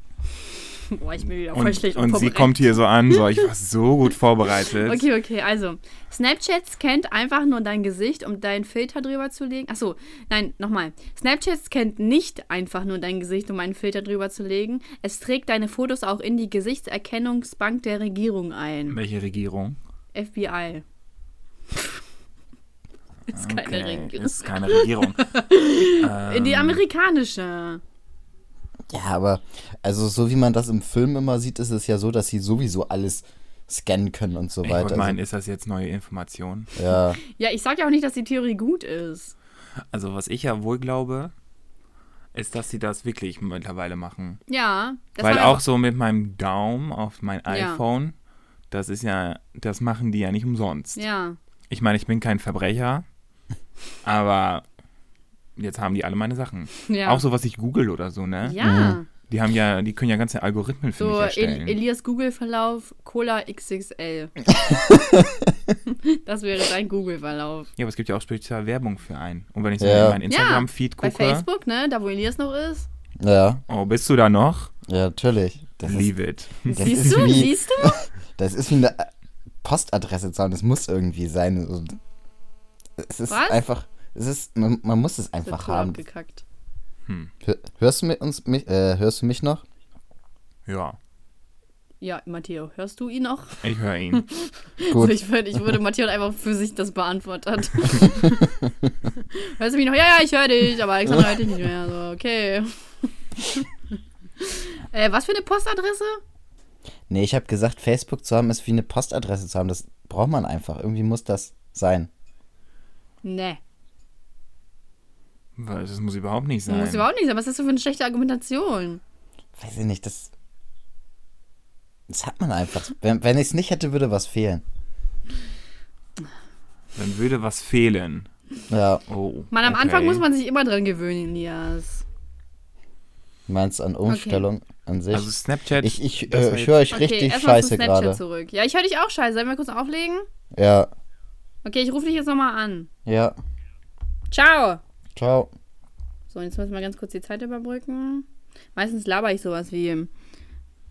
Boah, ich bin wieder voll
Und,
schlecht
und sie
vorbereitet.
kommt hier so an, so, ich war so gut vorbereitet.
Okay, okay, also. Snapchat scannt einfach nur dein Gesicht, um deinen Filter drüber zu legen. Achso, nein, nochmal. Snapchat scannt nicht einfach nur dein Gesicht, um einen Filter drüber zu legen. Es trägt deine Fotos auch in die Gesichtserkennungsbank der Regierung ein.
Welche Regierung?
FBI. ist keine Regierung.
Ist keine Regierung.
In
Ähm.
die amerikanische.
Ja, aber also so wie man das im Film immer sieht, ist es ja so, dass sie sowieso alles scannen können und so
Ich
weiter.
wollte meinen, ist das jetzt neue Information?
also, ja.
Ja, ich sag ja auch nicht, dass die Theorie gut ist.
Also, was ich ja wohl glaube, ist, dass sie das wirklich mittlerweile machen.
Ja. Das
Weil
war-
auch so mit meinem Daumen auf mein
Ja.
iPhone, das ist ja, das machen die ja nicht umsonst.
Ja.
Ich meine, ich bin kein Verbrecher, aber jetzt haben die alle meine Sachen.
Ja.
Auch so, was ich google oder so, ne?
Ja.
Mhm.
Die haben ja, die können ja ganze Algorithmen für
So,
mich
El
erstellen.
Elias Google-Verlauf, Cola XXL. das wäre dein Google-Verlauf.
ja, aber es gibt ja auch speziell Werbung für einen. Und wenn ich so
Ja.
in meinen Instagram-Feed
Bei
gucke,
Facebook, ne? Da, wo Elias noch ist.
ja,
oh, bist du da noch?
ja, natürlich. Das ist,
Leave it.
das
Siehst
ist
du?
wie-
Siehst du?
das ist wie eine äh, Postadresse zahlen. Das muss irgendwie sein. Also, Es ist
Was?
einfach. Es ist, man, man muss es
Das ist
einfach
voll
haben.
abgekackt.
Hör- Hörst du mit uns mich, äh, hörst du mich noch?
Ja,
Ja, Matteo, hörst du ihn noch? Also
ich höre ihn.
Gut.
Ich würde, ich würde Matteo einfach für sich das beantwortet. hörst du mich noch? Ja, ja, ich höre dich, aber Alexander hört dich nicht mehr. So, okay. äh, was für eine Postadresse?
Nee, ich habe gesagt, Facebook zu haben ist wie eine Postadresse zu haben. Das braucht man einfach. Irgendwie muss das sein.
Nee.
Weil Das muss überhaupt nicht sein.
Muss überhaupt nicht sein. Was ist das für eine schlechte Argumentation?
Weiß ich nicht, das. Das hat man einfach. Wenn, wenn ich es nicht hätte, würde was fehlen.
Dann würde was fehlen.
Ja,
Oh.
Man, am Anfang
okay.
muss man sich immer dran gewöhnen, Elias.
du meinst an Umstellung an sich.
Also Snapchat.
ich ich,
das war
äh,
jetzt-
ich höre euch richtig
erstmal zu
scheiße
Snapchat
gerade.
zurück. Ja, ich höre dich auch scheiße. Sollen wir kurz auflegen?
Ja,
Okay, ich rufe dich jetzt nochmal an.
ja.
Ciao!
Ciao.
So, jetzt müssen wir ganz kurz die Zeit überbrücken. Meistens laber ich sowas wie.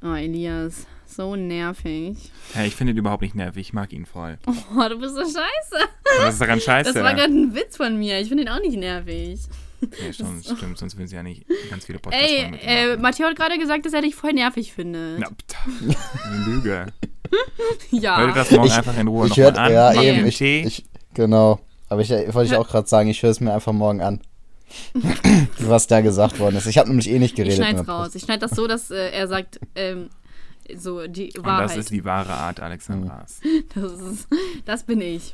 Oh, Elias, so nervig.
Hey, ich finde ihn überhaupt nicht nervig. Ich mag ihn voll.
Oh, du bist so scheiße.
Was ist daran scheiße?
Das war gerade ein Witz von mir. Ich finde ihn auch nicht nervig.
ja, stimmt, stimmt, sonst würden sie ja nicht ganz viele Podcasts
Ey,
machen mit ihm
äh,
machen.
Matteo hat gerade gesagt, dass er dich voll nervig findet.
Na, pff, eine Lüge.
Ja.
Hört das morgen
Ich-
einfach in Ruhe
Ich
nochmal
höre,
an.
ja,
macht
eben.
einen
Ich,
Tee.
ich, genau. Aber ich wollte ich auch gerade sagen, ich höre es mir einfach morgen an. was da gesagt worden ist. Ich habe nämlich eh nicht
ich
geredet.
schneide
in
es
der
raus. Ich schneide das so, dass äh, er sagt, ähm, so die
und das
Wahrheit.
ist die wahre Art Alexandras.
Das, ist, das bin ich.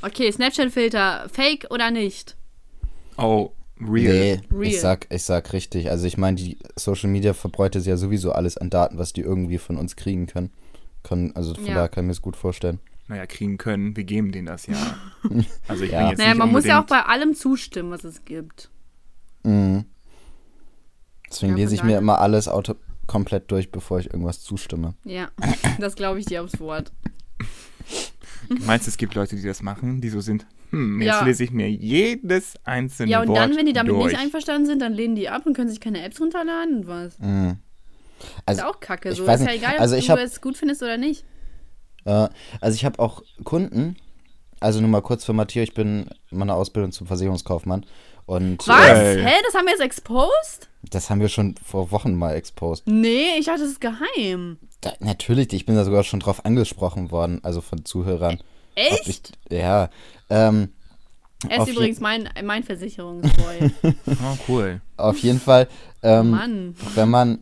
okay, Snapchat-Filter, fake oder nicht?
Oh, real.
Nee,
Real.
ich sag, ich sag richtig. Also ich meine, die Social Media verbreitet ja sowieso alles an Daten, was die irgendwie von uns kriegen können. können also von
Ja.
daher kann ich mir das gut vorstellen.
Naja, kriegen können. Wir geben denen das ja. Also ich
Ja.
bin jetzt
Naja,
nicht
man muss ja auch
unbedingt-
bei allem zustimmen, was es gibt.
Mhm. Deswegen
Ja, von
lese ich mir
daher.
immer alles auto komplett durch, bevor ich irgendwas zustimme.
Ja, das glaube ich dir aufs Wort.
Meinst du, es gibt Leute, die das machen, die so sind, hm, jetzt
Ja.
lese ich mir jedes einzelne
Ja, und
Wort
dann, wenn die damit
durch.
nicht einverstanden sind, dann lehnen die ab und können sich keine Apps runterladen und was.
Mhm.
Ist
Also,
auch kacke.
ich
So.
weiß
Ist ja
nicht.
egal, ob
Also ich
du
hab-
es gut findest oder nicht.
äh, also ich habe auch Kunden, also nur mal kurz für Matthias, ich bin in meiner Ausbildung zum Versicherungskaufmann. Und
Was?
äh,
Ey.
Hä? Das haben wir jetzt exposed?
das haben wir schon vor Wochen mal exposed.
Nee, ich dachte, das ist geheim.
Da, natürlich, ich bin da sogar schon drauf angesprochen worden, also von Zuhörern. Ob ich,
Echt?
ja. Ähm,
Er
auf
ist
je-
übrigens mein, mein Versicherungsboy.
Oh, cool.
auf jeden Fall, ähm,
Mann.
wenn man,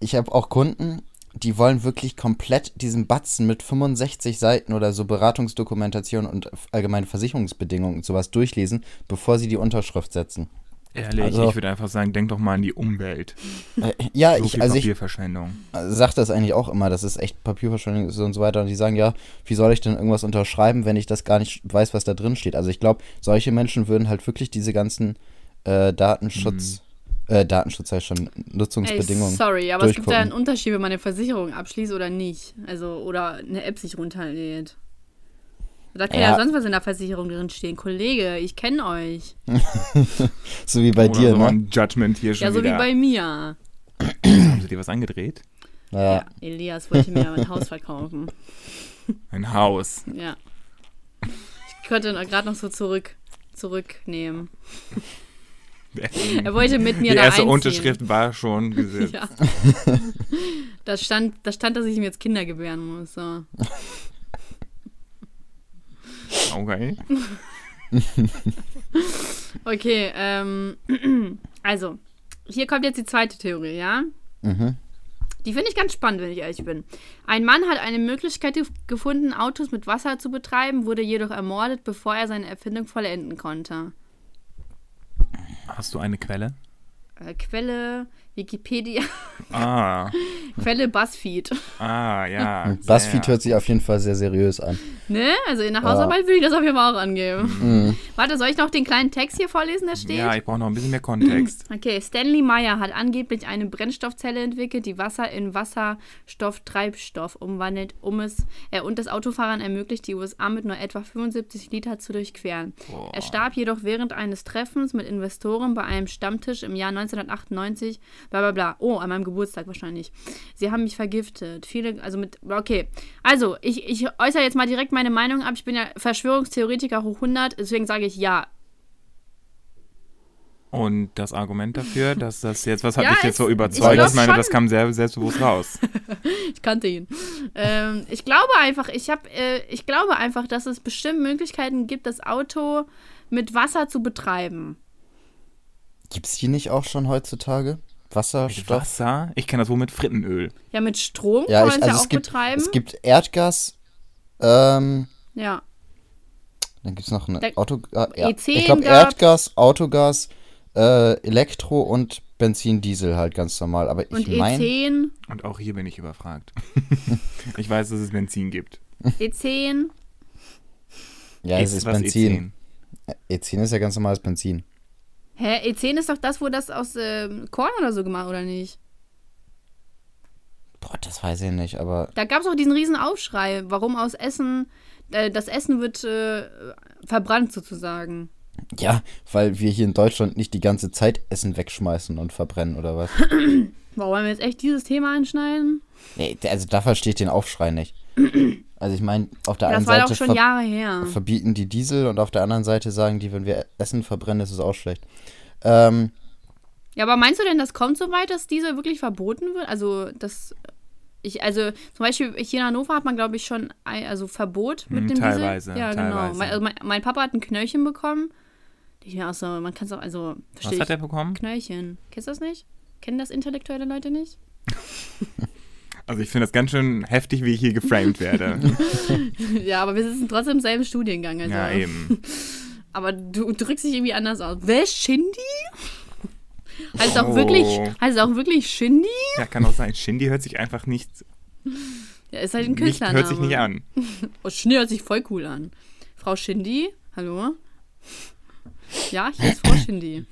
ich habe auch Kunden, die wollen wirklich komplett diesen Batzen mit 65 Seiten oder so Beratungsdokumentation und allgemeine Versicherungsbedingungen und sowas durchlesen, bevor sie die Unterschrift setzen.
Ehrlich,
Also-
ich würde einfach sagen, denk doch mal an die Umwelt.
Äh, ja,
So
ich,
viel
also ich
Papierverschwendung.
sage das eigentlich auch immer, dass es echt Papierverschwendung ist und so weiter. Und die sagen, ja, wie soll ich denn irgendwas unterschreiben, wenn ich das gar nicht weiß, was da drin steht? Also ich glaube, solche Menschen würden halt wirklich diese ganzen äh, Datenschutz,
Mhm.
äh, Datenschutz heißt schon,
Ey,
Nutzungsbedingungen.
sorry, aber es gibt
durchgucken.
da einen Unterschied, wenn man eine Versicherung abschließt oder nicht. Also, oder eine App sich runterlädt. Da kann ja,
Ja.
sonst was in der Versicherung drin stehen. Kollege, ich kenne euch.
So wie bei
Oder
dir,
so
ne?
ein Judgment hier schon
ja, so
wieder.
wie bei mir.
Haben sie dir was angedreht?
Ja.
Elias wollte mir mein Haus verkaufen.
Ein Haus.
Ja. Ich könnte ihn gerade noch so zurück, zurücknehmen. Er wollte mit
Die
mir da
erste
einziehen.
Unterschrift war schon gesetzt.
Ja. Da stand, da stand, dass ich ihm jetzt Kinder gebären muss. So.
Okay.
Okay, ähm, also, hier kommt jetzt die zweite Theorie, ja?
Mhm.
Die finde ich ganz spannend, wenn ich ehrlich bin. Ein Mann hat eine Möglichkeit gef- gefunden, Autos mit Wasser zu betreiben, wurde jedoch ermordet, bevor er seine Erfindung vollenden konnte.
Hast du eine Quelle?
Äh, Quelle Wikipedia,
Ah,
Quelle BuzzFeed.
ah, ja.
Buzzfeed
ja.
hört sich auf jeden Fall sehr seriös an.
Ne? Also in der Hausarbeit würde ich das auf jeden Fall auch angeben. Warte, soll ich noch den kleinen Text hier vorlesen, der steht?
Ja, ich brauche noch ein bisschen mehr Kontext.
Okay, Stanley Meyer hat angeblich eine Brennstoffzelle entwickelt, die Wasser in Wasserstofftreibstoff umwandelt, um es äh, und es Autofahrern ermöglicht, die USA mit nur etwa 75 Liter zu durchqueren.
Boah.
Er starb jedoch während eines Treffens mit Investoren bei einem Stammtisch im Jahr 1998. Bla bla bla. Oh, an meinem Geburtstag wahrscheinlich. Sie haben mich vergiftet. Viele, also mit. Okay, also ich, ich äußere jetzt mal direkt meine Meinung ab. Ich bin ja Verschwörungstheoretiker hoch 100, deswegen sage ich ja.
Und das Argument dafür, dass das jetzt, was hat
Ja,
dich jetzt so
es-
ich
überzeugt?
glaub
Ich meine, das
schon.
kam sehr selbstbewusst raus.
Ich kannte ihn. ähm, ich glaube einfach, ich habe, äh, ich glaube einfach, dass es bestimmt Möglichkeiten gibt, das Auto mit Wasser zu betreiben.
Gibt's die nicht auch schon heutzutage?
Mit
Wasserstoff?
Wasser? Ich kenne das wohl mit Frittenöl.
Ja, mit Strom
Ja,
kann
ich,
man es
also
ja auch
es gibt,
betreiben.
es gibt Erdgas, ähm,
ja.
Dann gibt es noch eine
Da-
Auto. Äh, ja.
E10
Ich glaube,
gab's.
Erdgas, Autogas, äh, Elektro und Benzin, Diesel halt ganz normal. Aber
Und E
ich meine.
E10,
Und auch hier bin ich überfragt. ich weiß, dass es Benzin gibt.
E E10,
Ja, es ist
was E
Benzin. E10 ist ja ganz normales Benzin.
hä, E10 ist doch das, wo das aus ähm, Korn oder so gemacht, oder nicht?
Boah, das weiß ich nicht, aber
Da gab es auch diesen riesen Aufschrei, warum aus Essen, äh, das Essen wird äh, verbrannt sozusagen.
ja, weil wir hier in Deutschland nicht die ganze Zeit Essen wegschmeißen und verbrennen oder was.
Boah, wollen wir jetzt echt dieses Thema einschneiden?
Nee, der- also da verstehe ich den Aufschrei nicht. Also ich meine, auf der einen
das war doch
Seite
schon
ver-
Jahre her.
verbieten die Diesel und auf der anderen Seite sagen die, wenn wir Essen verbrennen, ist es auch schlecht. Ähm,
Ja, aber meinst du denn, das kommt so weit, dass Diesel wirklich verboten wird? Also, das. Ich, also zum Beispiel hier in Hannover hat man, glaube ich, schon ein, also Verbot mit
Hm,
dem
teilweise,
Diesel. Ja, genau.
teilweise.
Mein, also mein, mein Papa hat ein Knöllchen bekommen. Ich mir auch so, man kann es auch, also
Was
verstehe
hat er
ich.
bekommen?
Knöllchen. Kennst du das nicht? Kennen das intellektuelle Leute nicht?
Also ich finde das ganz schön heftig, wie ich hier geframed werde.
Also. ja, aber wir sitzen trotzdem im selben Studiengang. Also.
ja, eben.
Aber du drückst dich irgendwie anders aus. Wer Shindy? Heißt es
Oh.
auch wirklich, heißt es auch wirklich Shindy?
Ja, kann auch sein. Shindy hört sich einfach nicht,
Ja, ist halt ein
nicht
Künstlername.
hört sich nicht an.
Oh, Schnee hört sich voll cool an. Frau Schindy, hallo? Ja, hier ist Frau Schindy.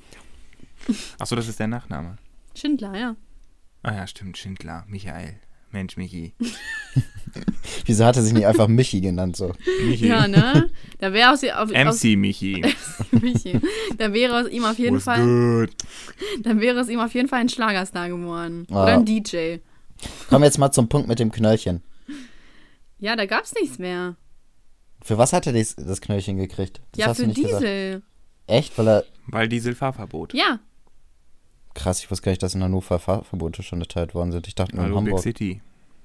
Achso, das ist der Nachname.
Schindler, ja.
Ah ja, stimmt, Schindler, Michael. Mensch, Michi.
wieso hat er sich nicht einfach Michi genannt so?
Michi.
Ja, ne? Da wäre aus, auf, aus,
MC Michi.
Michi. da wäre aus ihm auf jeden
Was
Fall,
Good.
dann wäre es ihm auf jeden Fall ein Schlagerstar geworden.
Ah.
Oder ein DJ.
Kommen wir jetzt mal zum Punkt mit dem Knöllchen.
Ja, da gab's nichts mehr.
Für was hat er dies, das Knöllchen gekriegt? Das
ja,
hast du
für
nicht gesagt.
Diesel.
Echt? Weil er.
Weil Dieselfahrverbot.
Ja.
Krass, ich wusste gar nicht, dass in Hannover Fahrverbote schon erteilt worden sind. Ich dachte nur in
Hallo, Big
Hamburg.
City.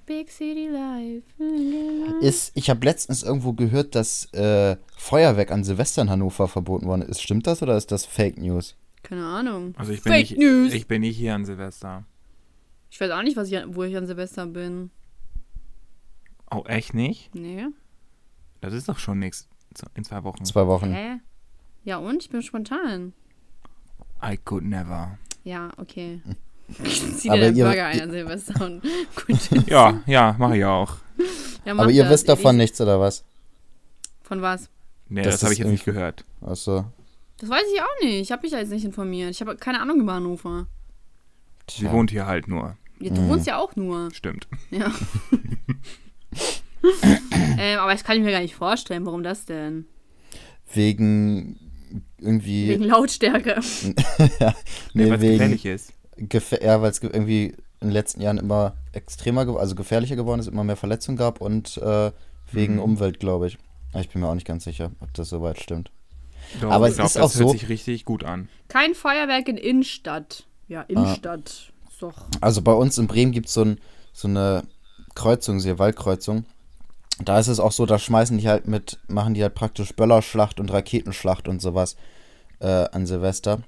Big City Life.
Ist, ich habe letztens irgendwo gehört, dass äh, Feuerwerk an Silvester in Hannover verboten worden ist. Stimmt das oder ist das Fake News?
Keine Ahnung.
Also ich bin,
Fake
nicht,
News.
ich bin nicht hier an Silvester.
Ich weiß auch nicht, was ich, an- wo ich an Silvester bin.
Oh, echt nicht?
Nee.
Das ist doch schon nichts. In zwei Wochen.
Zwei Wochen.
Hä? Ja, und? Ich bin spontan.
I could never.
Ja, okay. Zieh dir
Aber
den
ihr-
Burger ein also an Silvester und gut.
Ja, ja, mache ich auch.
Ja, mach
Aber ihr
das.
wisst davon nichts oder was?
Von was?
Nee,
Das
das, habe
ist
ich jetzt nicht gehört.
Also,
Das weiß ich auch nicht. Ich habe mich da jetzt nicht informiert. Ich habe keine Ahnung über Hannover.
Sie wohnt hier halt nur.
Ja, Du wohnst
Mhm.
ja auch nur.
Stimmt.
Ja. ähm, aber das kann ich mir gar nicht vorstellen. Warum das denn?
wegen irgendwie
Wegen Lautstärke.
nee,
Weil
wegen
es gefährlich ist.
gefä ja, weil es ge- irgendwie in den letzten Jahren immer extremer, gew- also gefährlicher geworden ist, immer mehr Verletzungen gab und äh, wegen Umwelt, glaube ich. Aber Ich bin mir auch nicht ganz sicher, ob das soweit stimmt.
Doch,
Aber
ich
es
glaub,
ist
das
auch
hört
so-
sich richtig gut an.
Kein Feuerwerk in Innenstadt.
Ah.
Ja, Innenstadt. Ist Doch.
Also bei uns in Bremen gibt so es ein, so eine Kreuzung, so eine Waldkreuzung. Da ist es auch so, da schmeißen die halt mit, machen die halt praktisch Böllerschlacht und Raketenschlacht und sowas äh, an Silvester.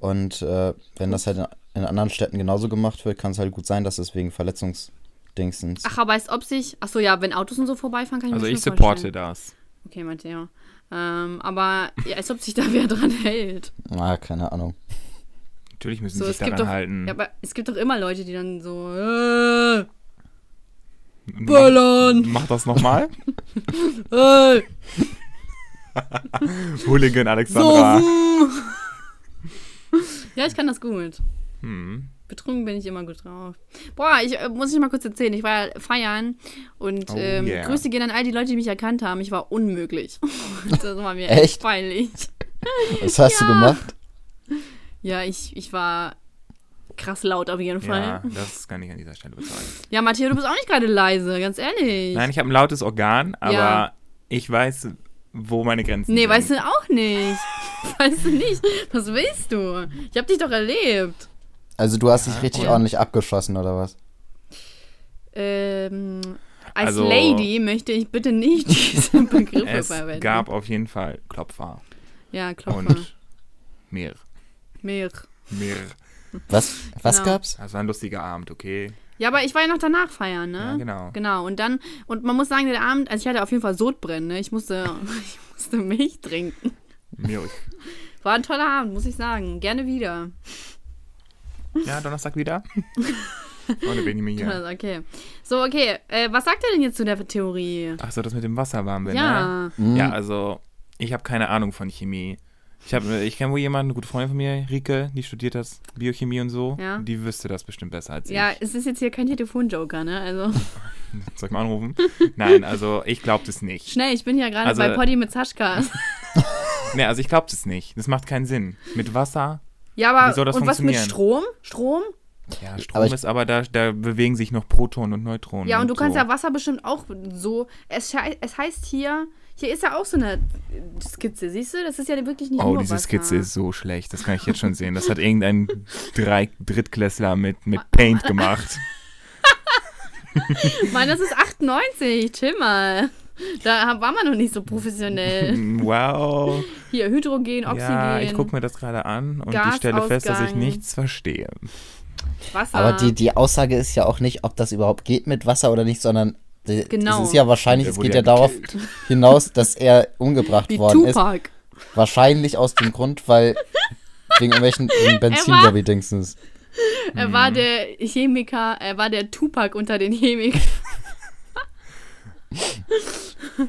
Und äh, wenn das halt in, in anderen Städten genauso gemacht wird, kann es halt gut sein, dass es wegen Verletzungsdingsens.
Ach, aber als ob sich. Ach so, ja, wenn Autos und so vorbeifahren, kann ich
Also
mir
ich
schon
supporte
vorstellen.
das.
Okay, Matteo. Ähm, aber ja, als ob sich da wer dran hält.
Ah, keine Ahnung.
Natürlich müssen
So,
sie
es
sich daran
gibt doch,
halten.
ja, aber es gibt doch immer Leute, die dann so äh,
Mach-
Böllern,
Mach das nochmal.
äh,
Hooligan Alexandra.
so. ja, ich kann das gut.
Hm.
Betrunken bin ich immer gut drauf. Boah, ich äh, muss ich mal kurz erzählen. Ich war ja feiern und
Oh,
ähm,
yeah.
Grüße gehen an all die Leute, die mich erkannt haben. Ich war unmöglich. das war mir
Echt?
echt, peinlich.
Was hast du gemacht?
Ja, ich, ich war krass laut auf jeden Fall.
Ja,
Ja,
das kann ich an dieser Stelle bezeugen.
Matteo, du bist auch nicht gerade leise, ganz ehrlich.
Nein, ich habe ein lautes Organ, aber
Ja.
ich weiß, wo meine Grenzen
Nee,
sind.
weißt du auch nicht. Weißt du nicht. Was willst du? Ich hab dich doch erlebt.
Also du hast dich richtig
Ja.
ordentlich abgeschossen oder was?
Ähm, als
Also-
Lady möchte ich bitte nicht diese Begriffe
es
verwenden.
gab auf jeden Fall Klopfer
ja, Klopfer.
und mehr.
Mehr.
Mehr.
Was, was
Genau.
gab's?
Das war ein lustiger Abend, okay?
Ja, aber ich war ja noch danach feiern, ne?
Ja, genau.
Genau. Und dann, und man muss sagen, der Abend, also ich hatte auf jeden Fall Sodbrennen, ne? Ich musste, musste Milch trinken.
Milch.
War ein toller Abend, muss ich sagen. Gerne wieder.
Ja, Donnerstag wieder. Freunde, bin ich mir hier.
Also, okay. So, okay. Äh, was sagt ihr denn jetzt zu der Theorie?
Ach so, das mit dem Wasser warm werden. Ne?
Ja.
Hm.
Ja, also ich habe keine Ahnung von Chemie. Ich, hab- ich kenne wohl jemanden, eine gute Freundin von mir, Rike, die studiert das Biochemie und so.
Ja.
Die wüsste das bestimmt besser als
Ja,
ich.
es ist jetzt hier kein Telefonjoker, ne? Also
Soll ich mal anrufen? Nein, also ich glaube das nicht.
schnell, ich bin ja gerade
Also-
bei Poddy mit Saschka.
Nee, also ich glaube das nicht. Das macht keinen Sinn. Mit Wasser,
Ja, aber
Wie soll das
und was mit
funktionieren?
Strom? Strom?
ja, Strom
Aber ich-
ist aber, da, da bewegen sich noch Protonen und Neutronen.
Ja, und du kannst
so.
ja Wasser bestimmt auch so. Es, schei- es heißt hier, hier ist ja auch so eine Skizze, siehst du? Das ist ja wirklich nicht
Oh,
nur
diese
Wasser.
Skizze ist so schlecht. Das kann ich jetzt schon sehen. Das hat irgendein Drei Drittklässler mit, mit Paint gemacht.
Mann, das ist 98, chill mal. Da hab- war man noch nicht so professionell.
Wow.
Hier, Hydrogen, Oxygen,
Ja, ich gucke mir das gerade an und ich
Gasausgang.
stelle fest, dass ich nichts verstehe.
Wasser.
Aber die, die Aussage ist ja auch nicht, ob das überhaupt geht mit Wasser oder nicht, sondern es
Genau.
ist ja wahrscheinlich,
Der
es
wurde
geht
ja
ja darauf hinaus, dass er umgebracht
Wie
worden ist.
Tupac.
Wahrscheinlich aus dem Grund, weil wegen irgendwelchen wegen Benzin-Lobby-Dingsens.
Er
Mhm.
war der Chemiker, er war der Tupac unter den Chemikern.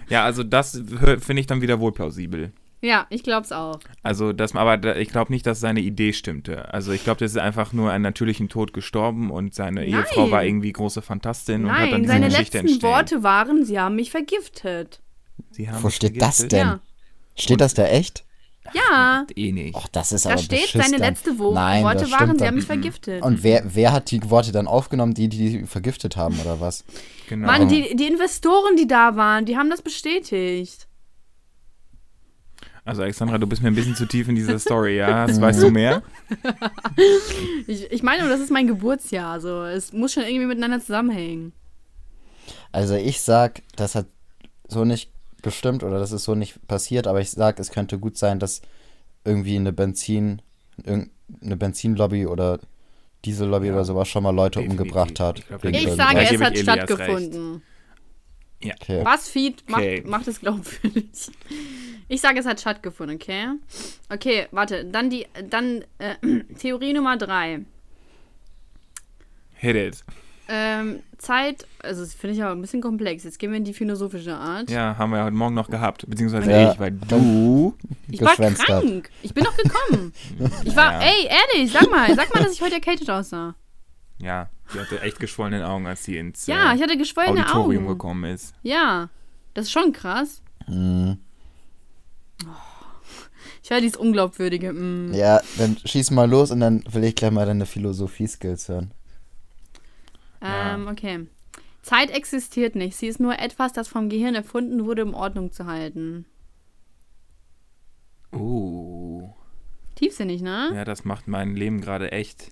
Ja, also das hö- finde ich dann wieder wohl plausibel.
Ja, ich glaub's auch.
Also, dass man, aber da- ich glaube nicht, dass seine Idee stimmte. Also, ich glaube, das ist einfach nur einen natürlichen Tod gestorben und seine Ehefrau war irgendwie große Fantastin und hat dann
Nein,
diese
seine
Geschichte
letzten
entstehen.
Worte waren, sie haben mich vergiftet.
Sie haben
Wo
mich
steht das
vergiftet?
denn?
Ja.
Steht das da echt?
Ja,
Eh nicht.
Och, das ist
da
aber
steht,
beschiss
seine
dann.
letzte Wo
Nein,
Worte
das
waren,
stimmt Mhm.
sie
dann.
haben mich vergiftet.
Und wer, wer hat die Worte dann aufgenommen? Die, die sie vergiftet haben oder was?
Genau.
Mann, die, die Investoren, die da waren, die haben das bestätigt.
Also, Alexandra, du bist mir ein bisschen zu tief in dieser Story, ja? Das
Mhm.
weißt du mehr?
Ich, ich meine, das ist mein Geburtsjahr, so. Es muss schon irgendwie miteinander zusammenhängen.
Also ich sag, das hat so nicht gestimmt oder das ist so nicht passiert, aber ich sag, es könnte gut sein, dass irgendwie eine Benzin, irgendeine Benzinlobby oder Diesellobby oder sowas schon mal Leute
Definitiv.
umgebracht hat.
Ich glaub,
wegen
da
Ich
gebe-
sage,
da
irgendwas.
es
gebe
hat
ich Elias
stattgefunden.
Ja.
Okay.
BuzzFeed macht,
Okay.
macht es glaubwürdig. Ich sage, es hat stattgefunden, okay? Okay, warte, dann die, dann äh, Theorie Nummer drei.
Hit it.
Ähm, Zeit, also das finde ich aber ein bisschen komplex. Jetzt gehen wir in die philosophische Art.
Ja, haben wir heute Morgen noch gehabt. Beziehungsweise
Ja.
ich, Äh, weil du.
ich war
geschwänzt hat.
krank. Ich bin noch gekommen. Ich war,
Ja.
ey, ehrlich, sag mal, sag mal, dass ich heute erkältet aussah.
Ja, sie hatte echt geschwollene Augen, als sie ins
Ja,
äh,
ich hatte geschwollene
Auditorium
Augen.
gekommen ist.
Ja, das ist schon krass.
Mhm.
Oh, ich höre dieses Unglaubwürdige. Mm.
Ja, dann schieß mal los und dann will ich gleich mal deine Philosophie-Skills hören.
Ja.
Ähm, okay. Zeit existiert nicht. Sie ist nur etwas, das vom Gehirn erfunden wurde, um Ordnung zu halten.
Uh.
Oh.
Tiefsinnig, ne?
Ja, das macht mein Leben gerade echt.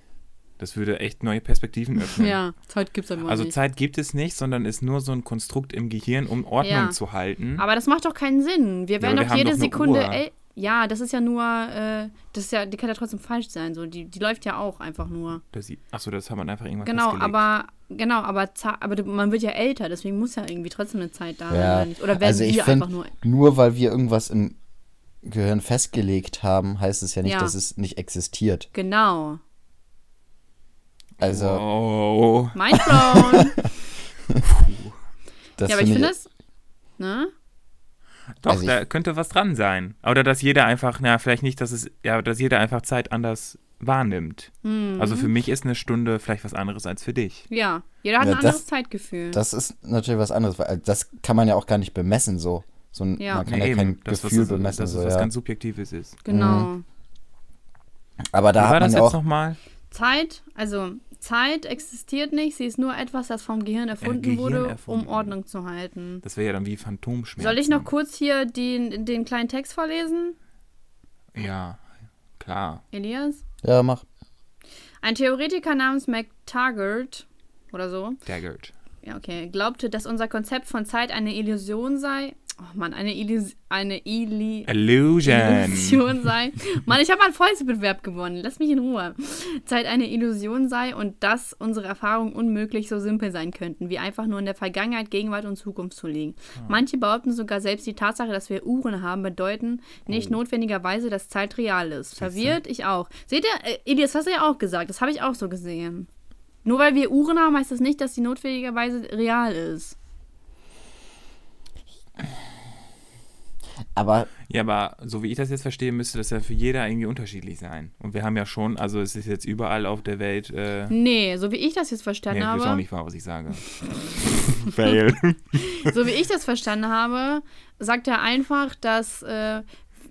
Das würde echt neue Perspektiven öffnen.
Ja, Zeit gibt's aber
Also
nicht.
Zeit gibt es nicht, sondern ist nur so ein Konstrukt im Gehirn, um Ordnung
Ja.
zu halten.
aber das macht doch keinen Sinn. Wir
aber
werden
wir
doch
haben
jede
doch eine
Sekunde.
Uhr.
el- ja, das ist ja nur, äh, das ist ja, die kann ja trotzdem falsch sein. So, die, die läuft ja auch einfach nur.
Das, achso, das hat man einfach irgendwann
Genau,
festgelegt.
aber genau, aber, za- aber du- man wird ja älter, deswegen muss ja irgendwie trotzdem eine Zeit da sein.
Ja,
oder nicht? Oder werden
also ich
wir einfach
finde,
nur.
nur, weil wir irgendwas im Gehirn festgelegt haben, heißt es ja nicht,
Ja.
dass es nicht existiert.
Genau.
Also,
Wow.
Mindblown.
das
ja, aber ich finde das. Ne?
Doch,
Also ich-
da könnte was dran sein. Oder dass jeder einfach, na, vielleicht nicht, dass es, ja, dass jeder einfach Zeit anders wahrnimmt.
Hm.
Also für mich ist eine Stunde vielleicht was anderes als für dich.
Ja, jeder hat
Ja,
ein
das-
anderes Zeitgefühl.
Das ist natürlich was anderes, weil äh, das kann man ja auch gar nicht bemessen so. so ein,
Ja.
Man kann
Nee,
ja kein
das,
Gefühl
was,
bemessen.
dass es
so,
was
ja.
ganz Subjektives ist.
genau.
Aber
Wie
da
war
hat man
das
ja
jetzt
auch.
nochmal?
Zeit, also Zeit existiert nicht, sie ist nur etwas, das vom Gehirn erfunden
Gehirn
wurde,
erfunden.
um Ordnung zu halten.
Das wäre ja genau. dann wie Phantomschmerzen.
Soll ich noch kurz hier den, den kleinen Text vorlesen,
Ja, klar.
Elias?
Ja, mach.
Ein Theoretiker namens McTaggart oder so
Daggert.
ja, okay, glaubte, dass unser Konzept von Zeit eine Illusion sei oh Mann, eine, Illus eine Illi
Illusion.
Illusion sei. Mann, ich habe einen Volkswettbewerb gewonnen. Lass mich in Ruhe. Zeit eine Illusion sei und dass unsere Erfahrungen unmöglich so simpel sein könnten, wie einfach nur in der Vergangenheit, Gegenwart und Zukunft zu liegen.
Ah.
Manche behaupten sogar selbst die Tatsache, dass wir Uhren haben, bedeuten
Oh.
nicht notwendigerweise, dass Zeit real ist. Verwirrt ich auch. Seht ihr, äh, Elias, das hast du ja auch gesagt. Das habe ich auch so gesehen. Nur weil wir Uhren haben, heißt das nicht, dass die notwendigerweise real ist.
Aber
Ja, aber so wie ich das jetzt verstehe, müsste das ja für jeder irgendwie unterschiedlich sein. Und wir haben ja schon, also es ist jetzt überall auf der Welt. Äh, nee,
Nee, so wie ich das jetzt
das
verstanden
ist
habe.
auch nicht wahr, was ich sage. Fail.
So wie ich das verstanden habe, sagt er einfach, dass äh,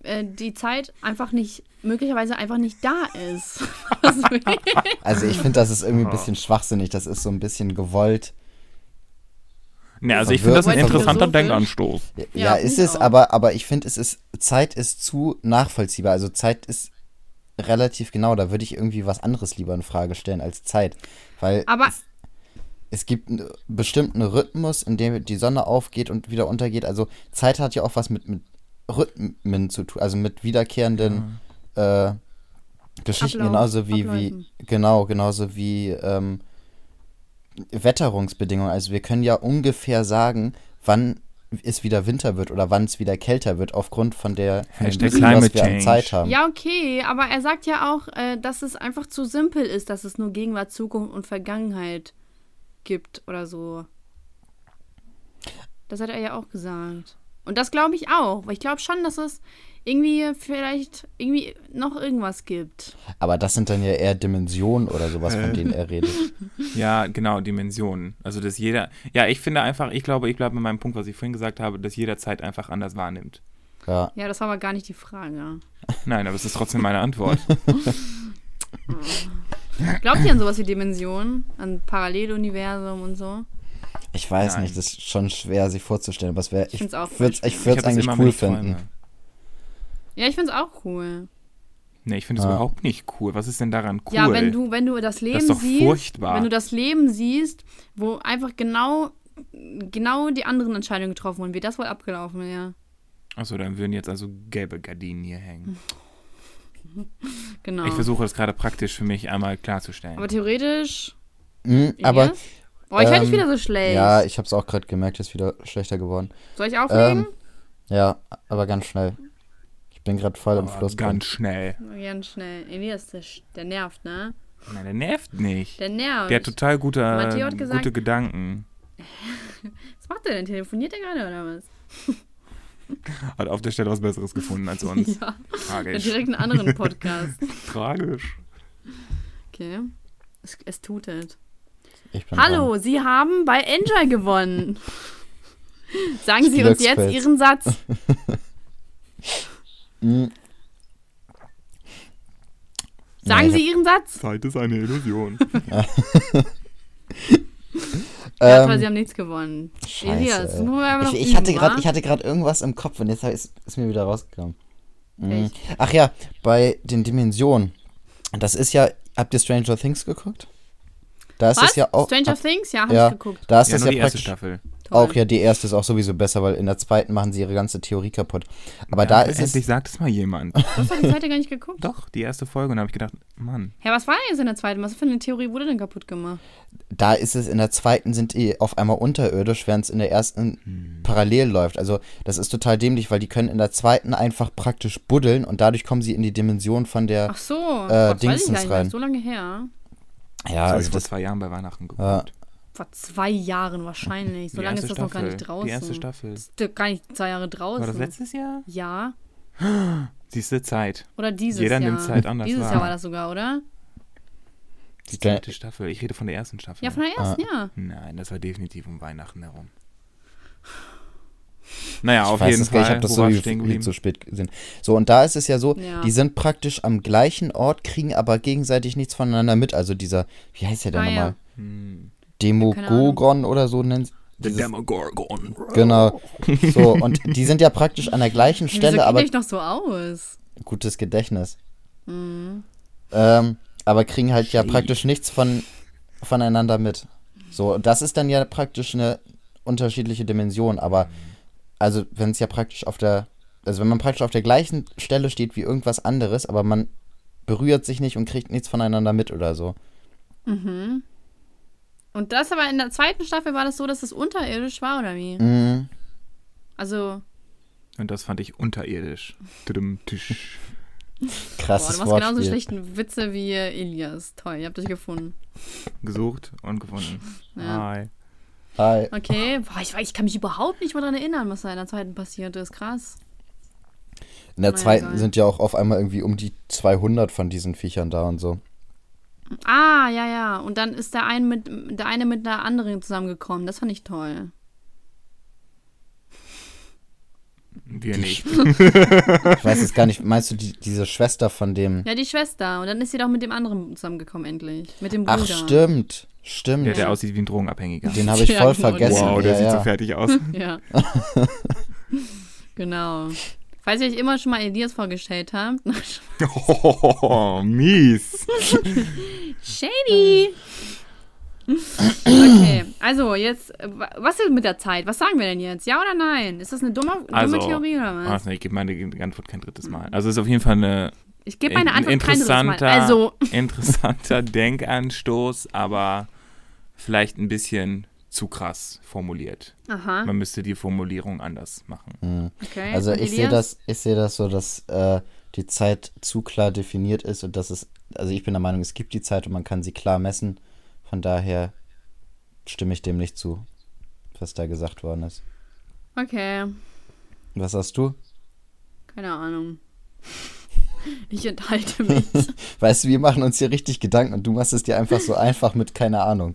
äh, die Zeit einfach nicht, möglicherweise einfach nicht da ist. Das will ich-
also ich finde, das ist irgendwie ein
Oh.
bisschen schwachsinnig. Das ist so ein bisschen gewollt.
Ne, also ich finde das ein
Verwirrt.
interessanter
Philosophisch.
Denkanstoß.
Ja,
Ja,
ist
find ich
es,
auch.
aber, aber ich finde, es ist, Zeit ist zu nachvollziehbar. Also Zeit ist relativ genau. Da würde ich irgendwie was anderes lieber in Frage stellen als Zeit. Weil
Aber
es gibt einen bestimmten Rhythmus, in dem die Sonne aufgeht und wieder untergeht. Also Zeit hat ja auch was mit, mit Rhythmen zu tun, also mit wiederkehrenden äh, Geschichten,
Ablauf,
genauso wie, wie
Abläufen.
genau, genauso wie ähm, Wetterungsbedingungen. Also wir können ja ungefähr sagen, wann es wieder Winter wird oder wann es wieder kälter wird, aufgrund von der von dem
Hashtag Climate
was wir an
Change.
Zeit haben.
ja, okay, aber er sagt ja auch, äh, dass es einfach zu simpel ist, dass es nur Gegenwart, Zukunft und Vergangenheit gibt oder so. Das hat er ja auch gesagt. Und das glaube ich auch, weil ich glaube schon, dass es irgendwie vielleicht irgendwie noch irgendwas gibt.
Aber das sind dann ja eher Dimensionen oder sowas, von
Äh.
denen er redet.
Ja, genau, Dimensionen. Also dass jeder, ja, ich finde einfach, ich glaube, ich bleibe bei meinem Punkt, was ich vorhin gesagt habe, dass jeder Zeit einfach anders wahrnimmt.
Ja.
Ja, das war aber gar nicht die Frage.
Nein, aber es ist trotzdem meine Antwort.
Glaubt ihr an sowas wie Dimensionen? An Paralleluniversum und so?
Ich weiß
Nein.
nicht, das ist schon schwer, sich vorzustellen, aber es wär, ich
find's auch
würde
voll
ich
Ich hab
würd's
das
eigentlich
immer, wenn
cool
ich träume.
finden.
Ja, ich find's auch cool.
Nee, ich finde es
Ja.
überhaupt nicht cool. Was ist denn daran cool?
Ja, wenn du, wenn du das Leben
ist doch
siehst,
furchtbar.
wenn du das Leben siehst, wo einfach genau, genau die anderen Entscheidungen getroffen wurden, wie das wohl abgelaufen wäre. Ja.
Achso, dann würden jetzt also gelbe Gardinen hier hängen.
Genau.
Ich versuche das gerade praktisch für mich einmal klarzustellen.
aber theoretisch.
Mhm, aber
Yes? Boah, ich werd
ähm,
dich wieder so schlecht.
ja, ich habe es auch gerade gemerkt, ist wieder schlechter geworden.
Soll ich auflegen?
Ja, aber ganz schnell. Ich bin gerade voll im
Aber
Fluss. drin.
ganz schnell.
Ganz Oh, schnell. Elias, der, sch- der nervt, ne?
Nein, der nervt nicht.
Der nervt.
Der hat total gute,
Matteo hat gesagt-
gute Gedanken.
was macht der denn? Telefoniert der gerade oder was?
Hat auf der Stelle was Besseres gefunden als uns.
Ja, der hat
Tragisch.
direkt einen anderen Podcast.
Tragisch.
Okay. Es, es tutet.
Ich bin
Hallo, Sie haben bei Enjoy gewonnen. Sagen Sie uns jetzt
Glücksfeld.
Ihren Satz.
Hm,
Sagen
Ja,
Sie Ihren Satz.
Zeit ist eine Illusion.
Ja, toll,
Ähm,
Sie haben nichts gewonnen.
Dran. Scheiße,
Elias,
ey.
das muss man aber noch
ich, ich hatte
üben,
gerade,
wa?
ich hatte gerade irgendwas im Kopf und jetzt hab- ist, ist mir wieder rausgekommen. Mhm.
Echt?
Ach ja, bei den Dimensionen. Das ist ja, habt ihr Stranger Things geguckt? Da ist
Was?
es ja auch.
Stranger
ab-
Things? Ja, habe
ja,
ich geguckt.
Da ist
ja,
es
nur
ja
die erste
praktisch.
Staffel.
Toll.
Auch ja, die erste ist auch sowieso besser, weil in der zweiten machen sie ihre ganze Theorie kaputt. Aber da ist
Endlich
es.
sagt es mal jemand.
Das hat die zweite gar nicht geguckt.
Doch, die erste Folge. Und da habe ich gedacht, Mann,
Hä, was war denn jetzt in der zweiten? Was für eine Theorie wurde denn kaputt gemacht?
da ist es in der zweiten sind die auf einmal unterirdisch, während es in der ersten
Hm.
parallel läuft. Also das ist total dämlich, weil die können in der zweiten einfach praktisch buddeln und dadurch kommen sie in die Dimension von der.
Ach so,
Äh,
Gott, weiß ich
Dingsens
gar nicht mehr,
rein.
ist so lange her.
ja,
das habe ich
also
vor
das,
zwei Jahren bei Weihnachten geguckt.
Ja.
Vor zwei Jahren wahrscheinlich. So
Die
lange
erste
ist das noch gar
Staffel.
nicht draußen.
Die erste Staffel.
Das ist gar nicht zwei Jahre draußen.
War das letztes Jahr?
Ja.
Siehste, Zeit.
Oder dieses
Jeder
Jahr.
nimmt Zeit anders
Dieses
wahr.
Jahr war das sogar, oder?
Die zweite Staffel. Ich rede von der ersten Staffel.
Ja, von der ersten, ja.
Nein, das war definitiv um Weihnachten herum. Naja,
ich
auf
weiß
jeden
es gar
Fall.
nicht, ich habe das
wo war ich
so
stehen
viel,
geblieben?
zu spät gesehen. So, und da ist es ja so,
Ja.
die sind praktisch am gleichen Ort, kriegen aber gegenseitig nichts voneinander mit. Also dieser, wie heißt der denn
Ah, ja.
nochmal?
Hm.
Demogogon oder so nennt
The
dieses-
Demogorgon.
Genau.
Oh.
So, und die sind ja praktisch an der gleichen
Wieso
Stelle,
kenne
aber
ich noch so aus?
gutes Gedächtnis.
Mhm.
Ähm, aber kriegen halt ja
Shit.
praktisch nichts von, voneinander mit. So, und das ist dann ja praktisch eine unterschiedliche Dimension, aber also wenn es ja praktisch auf der, also wenn man praktisch auf der gleichen Stelle steht wie irgendwas anderes, aber man berührt sich nicht und kriegt nichts voneinander mit oder so.
Und das aber in der zweiten Staffel war das so, dass es unterirdisch war, oder wie?
Mhm.
Also,
Und das fand ich unterirdisch. Tudum, tüsch.
boah, du
Krasses
machst genauso
Wortspiel.
schlechten Witze wie äh, Elias. Toll, ihr habt euch gefunden.
Gesucht und gefunden.
Ja.
Hi.
Hi.
Okay, boah, ich, weiß- ich kann mich überhaupt nicht mehr daran erinnern, was da in der zweiten passiert ist. Krass.
In der
Mein
zweiten
Gott.
sind ja auch auf einmal irgendwie um die 200 von diesen Viechern da und so.
Ah, ja, ja. Und dann ist der eine mit der, eine mit der anderen zusammengekommen. Das fand ich toll.
Wir nicht.
Ich weiß jetzt gar nicht, meinst du die, diese Schwester von dem?
Ja, die Schwester. Und dann ist sie doch mit dem anderen zusammengekommen, endlich. Mit dem Bruder.
Ach, stimmt. Stimmt.
Der, der aussieht wie ein Drogenabhängiger.
Den habe ich
Ja,
voll
genau,
vergessen.
Wow, der
ja,
sieht
ja.
so fertig aus.
Ja. genau. Falls ihr euch immer schon mal Elias vorgestellt habt.
Oh, mies.
Shady!
Hm.
Okay, also jetzt, äh, wa- was ist mit der Zeit? Was sagen wir denn jetzt? Ja oder nein? Ist das eine dumme, dumme
Also,
Theorie oder was?
Also, ich gebe meine Antwort kein drittes Mal. Also ist auf jeden Fall eine
Ich gebe meine Antwort kein drittes Mal.
interessanter,
Also,
interessanter Denkanstoß, aber vielleicht ein bisschen zu krass formuliert.
aha,
Man müsste die Formulierung anders machen.
okay.
Also
Und
ich sehe
Elias?
das, ich sehe das so, dass äh, die Zeit zu klar definiert ist und dass es, also ich bin der Meinung, es gibt die Zeit und man kann sie klar messen. Von daher stimme ich dem nicht zu, was da gesagt worden ist.
Okay,
Was sagst du?
keine Ahnung. Ich enthalte mich.
Weißt du, wir machen uns hier richtig Gedanken und du machst es dir einfach so einfach mit keine Ahnung.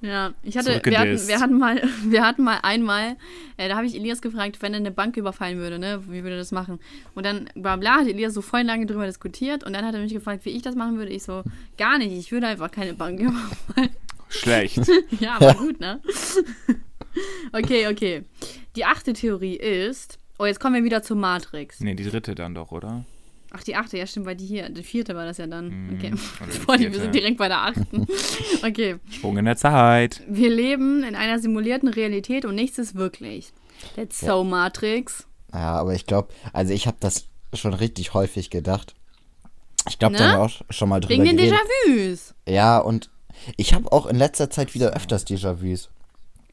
Ja, ich hatte, wir hatten,
Zurückgedisst.
wir hatten mal, wir hatten mal einmal, äh, da habe ich Elias gefragt, wenn er eine Bank überfallen würde, ne, wie würde er das machen? Und dann bla bla, hat Elias so voll lange drüber diskutiert und dann hat er mich gefragt, wie ich das machen würde. Ich so, gar nicht, ich würde einfach keine Bank überfallen.
Schlecht.
ja, aber gut, ne? okay, okay. Die achte Theorie ist, oh, jetzt kommen wir wieder zur Matrix.
Nee, die dritte dann doch, oder?
Ach, die achte, ja stimmt, weil die hier, die vierte war das ja dann.
Mhm.
Okay.
Oder die
Boah, die- wir
vierte.
sind direkt bei der achten. Okay.
Sprung in der Zeit.
Wir leben in einer simulierten Realität und nichts ist wirklich. That's so Matrix.
Ja, aber ich glaube, also ich habe das schon richtig häufig gedacht. Ich glaube, da
Ne?
haben wir auch schon mal drüber
Wegen den
geredet.
Déjà-vus.
Ja, und ich habe auch in letzter Zeit wieder öfters Déjà-vus.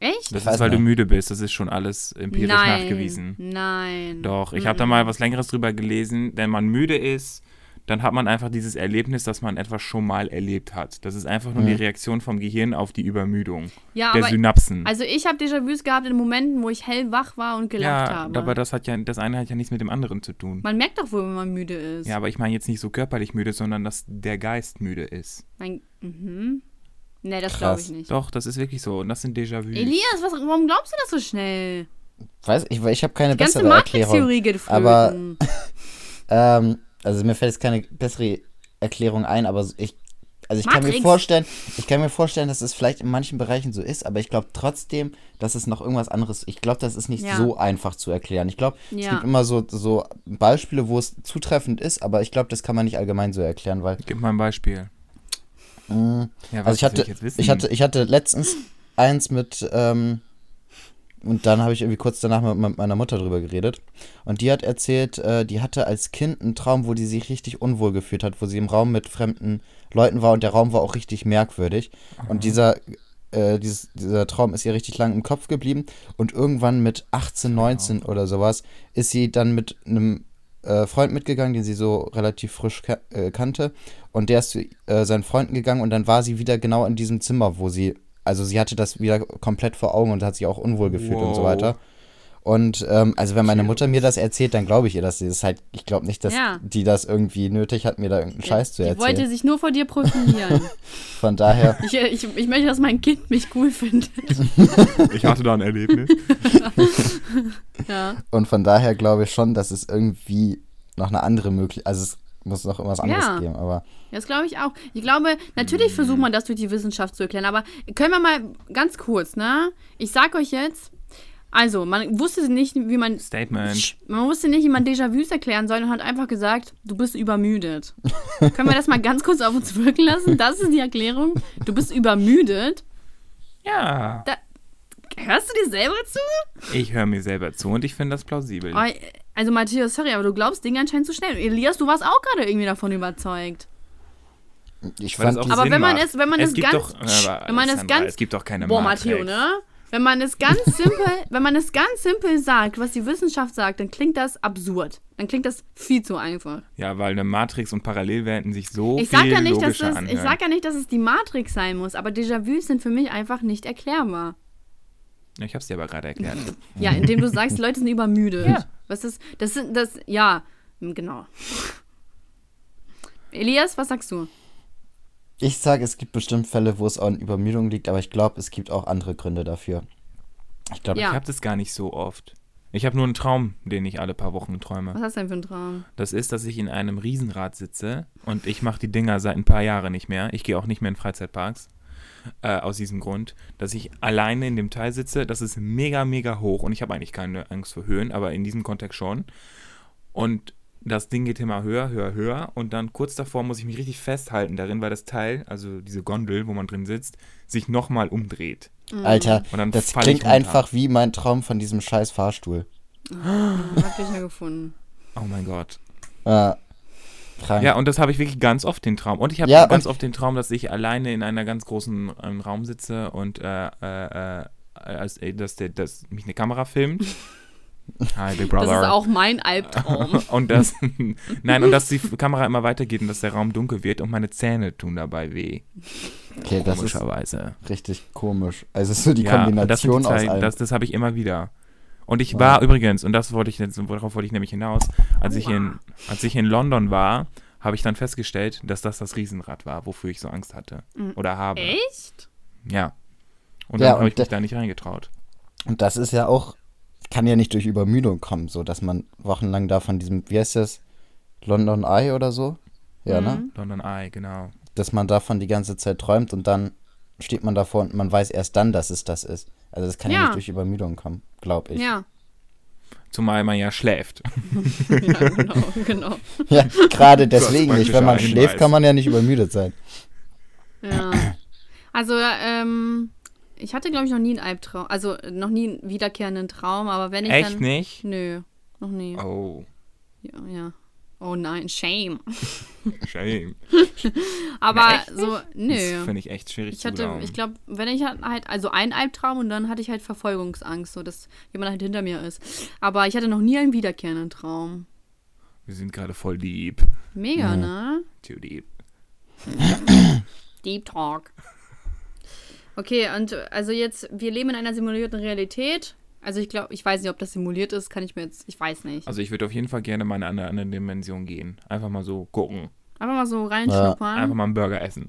Echt?
Das
weiß
ist, weil du
nicht.
müde bist. Das ist schon alles empirisch
Nein. Mhm.
nachgewiesen.
Nein.
Doch, ich habe da mal was Längeres drüber gelesen. Wenn man müde ist, dann hat man einfach dieses Erlebnis, dass man etwas schon mal erlebt hat. Das ist einfach nur die Reaktion vom Gehirn auf die Übermüdung
Ja,
der
aber
Synapsen.
also ich habe Déjà-vus gehabt in Momenten, wo ich hellwach war und gelacht
ja,
habe.
aber das hat ja, das eine hat ja nichts mit dem anderen zu tun.
Man merkt doch wohl, wenn man müde ist.
Ja, aber ich meine jetzt nicht so körperlich müde, sondern dass der Geist müde ist.
Mein, mhm. Nee, das glaube ich
Krass.
nicht.
Doch, das ist wirklich so. Und das sind Déjà-vu.
Elias, was, warum glaubst du das so schnell?
Weiß ich, weil ich habe keine
Die ganze
bessere Erklärung.
Matrix-Theorie geht
Aber-
flöten.
Ähm, also mir fällt jetzt keine bessere Erklärung ein, aber ich, also ich kann mir
Matrix.
vorstellen, ich kann mir vorstellen, dass es vielleicht in manchen Bereichen so ist, aber ich glaube trotzdem, dass es noch irgendwas anderes. Ich glaube, das ist nicht
Ja.
so einfach zu erklären. Ich glaube, es
Ja.
gibt immer so so Beispiele, wo es zutreffend ist, aber ich glaube, das kann man nicht allgemein so erklären, weil
Gib mal ein Beispiel. Ja,
also ich
will
hatte,
jetzt
ich,
wissen?
hatte, ich hatte letztens eins mit, ähm, und dann habe ich irgendwie kurz danach mit, mit meiner Mutter drüber geredet. Und die hat erzählt, äh, die hatte als Kind einen Traum, wo die sich richtig unwohl gefühlt hat, wo sie im Raum mit fremden Leuten war und der Raum war auch richtig merkwürdig. Und dieser, äh, dieses, dieser Traum ist ihr richtig lang im Kopf geblieben. Und irgendwann mit 18, 19 oder sowas ist sie dann mit einem äh, Freund mitgegangen, den sie so relativ frisch ka äh, kannte. Und der ist zu äh, seinen Freunden gegangen und dann war sie wieder genau in diesem Zimmer, wo sie, also sie hatte das wieder komplett vor Augen und hat sich auch unwohl gefühlt und so
Wow.
weiter. Und ähm, also wenn meine Mutter mir das erzählt, dann glaube ich ihr, dass sie das halt, ich glaube nicht, dass
Ja.
die das irgendwie nötig hat, mir da irgendeinen Scheiß zu
Die wollte
erzählen.
sich nur vor dir profilieren.
Von daher,
ich, ich, ich möchte, dass mein Kind mich cool findet.
ich hatte da ein Erlebnis.
Ja.
und von daher glaube ich schon, dass es irgendwie noch eine andere Möglichkeit, also es muss noch irgendwas anderes
Ja.
geben, aber
Das glaube ich auch. Ich glaube, natürlich versucht man das durch die Wissenschaft zu erklären, aber können wir mal ganz kurz, ne? Ich sag euch jetzt, also, man wusste nicht, wie man.
Statement.
Man wusste nicht, wie man Déjà-vus erklären soll und hat einfach gesagt, du bist übermüdet. können wir das mal ganz kurz auf uns wirken lassen? Das ist die Erklärung. Du bist übermüdet.
Ja.
Da, Hörst du dir selber zu?
Ich höre mir selber zu und ich finde das plausibel.
Oh, also Matthias, sorry, aber du glaubst Dinge anscheinend zu schnell. Und Elias, du warst auch gerade irgendwie davon überzeugt.
Ich
Weil das
fand,
auch
aber
Sinn
wenn man
macht.
es- wenn man es
gibt
ganz-
doch, aber
wenn man es
Alexandra,
ganz-
es gibt doch keine
Boah,
Matrix.
Matteo, ne? Wenn man es ganz simpel, wenn man es ganz simpel sagt, was die Wissenschaft sagt, dann klingt das absurd. Dann klingt das viel zu einfach.
Ja, weil eine Matrix und Parallelwelten sich so
Ich sag
viel
ja nicht, dass
logischer
es,
anhören.
ich sag ja nicht, dass es die Matrix sein muss, aber Déjà-vus sind für mich einfach nicht erklärbar.
ich hab's dir aber gerade erklärt.
Ja, indem du sagst, Leute sind übermüdet.
Ja.
Was ist, das sind, das, ja, hm, genau. Elias, was sagst du?
ich sage, es gibt bestimmt Fälle, wo es an Übermüdung liegt, aber ich glaube, es gibt auch andere Gründe dafür. Ich glaube,
Ja.
Ich hab das gar nicht so oft. Ich habe nur einen Traum, den ich alle paar Wochen träume.
Was hast du denn für einen Traum?
Das ist, dass ich in einem Riesenrad sitze und ich mache die Dinger seit ein paar Jahren nicht mehr. Ich gehe auch nicht mehr in Freizeitparks. Äh, aus diesem Grund, dass ich alleine in dem Teil sitze. Das ist mega, mega hoch und ich habe eigentlich keine Angst vor Höhen, aber in diesem Kontext schon. Und das Ding geht immer höher, höher, höher und dann kurz davor muss ich mich richtig festhalten darin, weil das Teil, also diese Gondel, wo man drin sitzt, sich nochmal umdreht.
Mhm.
Alter,
Und dann
das
fall ich
klingt
runter.
einfach wie mein Traum von diesem scheiß Fahrstuhl.
Hab ich ja gefunden.
Oh mein Gott.
Äh, krank.
Ja, und das habe ich wirklich ganz oft den Traum. Und ich habe
Ja,
ganz
und-
oft den Traum, dass ich alleine in einer ganz großen ähm, Raum sitze und äh, äh, äh, als, äh, dass, der, dass mich eine Kamera filmt. Hi, Big
Das
Brother.
ist auch mein Albtraum.
und dass, nein, und dass die Kamera immer weitergeht und dass der Raum dunkel wird und meine Zähne tun dabei weh.
okay, das ist
Komischerweise.
richtig komisch. Also so die
das, sind
Kombination
die zwei-
aus allem.
das, das habe ich immer wieder. Und ich war übrigens, und das wollte ich jetzt, worauf wollte ich nämlich hinaus, als ich in, als ich in London war, habe ich dann festgestellt, dass das das Riesenrad war, wofür ich so Angst hatte oder habe.
Echt?
Ja. Und
Ja,
dann habe
und
ich mich
da-
da nicht reingetraut.
Und das ist ja auch, kann ja nicht durch Übermüdung kommen, so dass man wochenlang da von diesem, wie heißt das, London Eye oder so? Ja, ne?
London Eye, genau.
Dass man davon die ganze Zeit träumt und dann steht man davor und man weiß erst dann, dass es das ist. Also das kann ja,
Ja.
nicht durch Übermüdung kommen, glaube ich.
Ja.
Zumal man ja schläft.
Ja, genau, genau.
Ja, gerade deswegen
Das ist
nicht. Wenn man
praktischer
schläft,
Hinweis.
kann man ja nicht übermüdet sein.
Ja. Also, ähm, ich hatte, glaube ich, noch nie einen Albtraum. Also, noch nie einen wiederkehrenden Traum, aber wenn ich
Echt
dann.
nicht?
Nö, noch nie.
Oh,
Ja, ja. Oh nein, shame.
shame.
Aber
echt
so,
Das
nö.
finde ich echt schwierig
Ich
zu
hatte,
glauben.
ich glaube, wenn ich halt, also einen Albtraum und dann hatte ich halt Verfolgungsangst, so dass jemand halt hinter mir ist. Aber ich hatte noch nie einen wiederkehrenden Traum.
Wir sind gerade voll deep.
Mega, ne?
Too deep.
Deep Talk. Okay, und also jetzt, wir leben in einer simulierten Realität. Also ich glaube, ich weiß nicht, ob das simuliert ist, kann ich mir jetzt, ich weiß nicht.
Also ich würde auf jeden Fall gerne mal in eine andere Dimension gehen. Einfach mal so gucken.
Einfach mal so
Einfach
reinschnuppern.
mal einen Burger essen.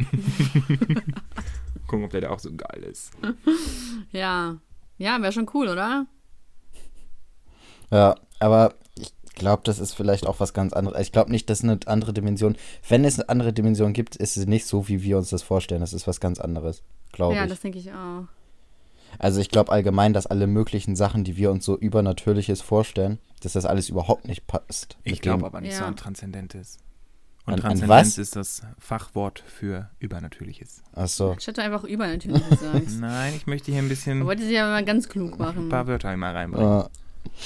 Gucken, ob der da auch so geil ist.
Ja. Ja, wäre schon cool, oder?
Ja, aber ich glaube, das ist vielleicht auch was ganz anderes. Ich glaube nicht, dass eine andere Dimension, wenn es eine andere Dimension gibt, ist es nicht so, wie wir uns das vorstellen. Das ist was ganz anderes, glaube
ja,
ich.
das denke ich auch.
Also ich glaube allgemein, dass alle möglichen Sachen, die wir uns so übernatürliches vorstellen, dass das alles überhaupt nicht passt.
Ich
mit dem-
glaube aber nicht so
Ja.
an Transzendentes.
An-
Und
an
Transzendenz
was?
ist das Fachwort für Übernatürliches.
Ach so.
Ich hätte einfach über natürlich gesagt.
Nein, ich möchte hier ein
Du
bisschen
wolltest dich ja mal ganz klug
ein
machen.
paar Wörter immer reinbringen.
Äh,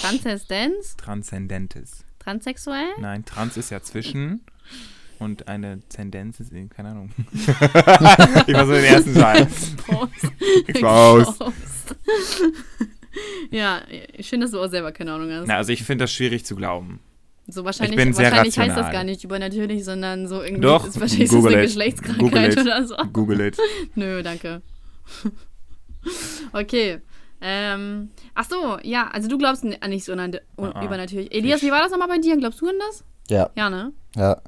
Transzendenz?
Transzendentes.
Transsexuell?
Nein, Trans ist ja zwischen und eine Tendenz ist, in- keine Ahnung. ich war so im ersten Teil.
Prost.
Prost.
Prost. ja, schön, dass du auch selber keine Ahnung hast.
Na, also ich finde das schwierig zu glauben.
So wahrscheinlich,
bin sehr
wahrscheinlich heißt das
rational.
gar nicht übernatürlich, sondern so irgendwie
Doch,
ist wahrscheinlich so
google
eine
it. Google
Geschlechtskrankheit
it.
oder so.
Google it.
Nö, danke. okay. Ähm, ach so, ja, also du glaubst n- an nichts unand- un
Ah, ah.
übernatürlich. Elias, wie war das nochmal bei dir? Glaubst du an das?
ja,
Ja, ne?
ja.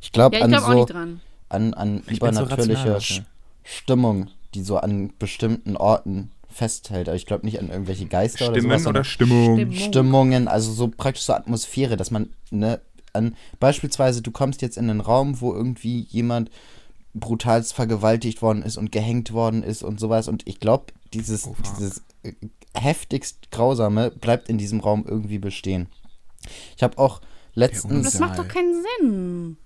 Ich glaube
Ja, ich
an
glaube auch
so
nicht dran.
an, an
Ich bin so rational,
übernatürliche
Leute.
Sch- Stimmung, die so an bestimmten Orten festhält. Aber ich glaube nicht an irgendwelche Geister
Stimmen
oder
oder,
sowas. sondern
Stimmung?
Stimmen.
Stimmungen, also so praktisch so Atmosphäre, dass man, ne, an, beispielsweise du kommst jetzt in einen Raum, wo irgendwie jemand brutalst vergewaltigt worden ist und gehängt worden ist und sowas und ich glaube, dieses,
Oh, fuck.
dieses äh, heftigst Grausame bleibt in diesem Raum irgendwie bestehen. Ich habe auch
Der
letztens,
Das macht doch keinen Sinn.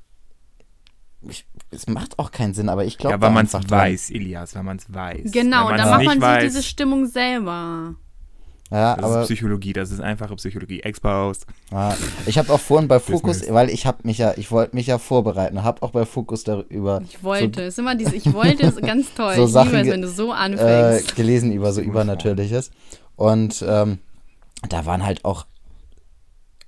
ich, es macht auch keinen Sinn, aber ich glaube,
ja, weil
da
man es
einfach dran.
weiß, Elias, weil man es weiß.
Genau,
wenn
da
man's
macht
nicht
man sich
weiß,
diese Stimmung selber.
Ja,
Das
aber
ist Psychologie, das ist einfache Psychologie. Exposed.
ja, ich habe auch vorhin bei Fokus,
Dismissed.
weil ich habe mich ja, ich wollte mich ja vorbereiten, habe auch bei Fokus darüber
Ich wollte, es ist immer dieses, ich wollte ist ganz toll.
so
ich liebe
Sachen
es,
ge-
wenn du so
äh,
anfängst.
gelesen über so Übernatürliches. Und ähm, da waren halt auch,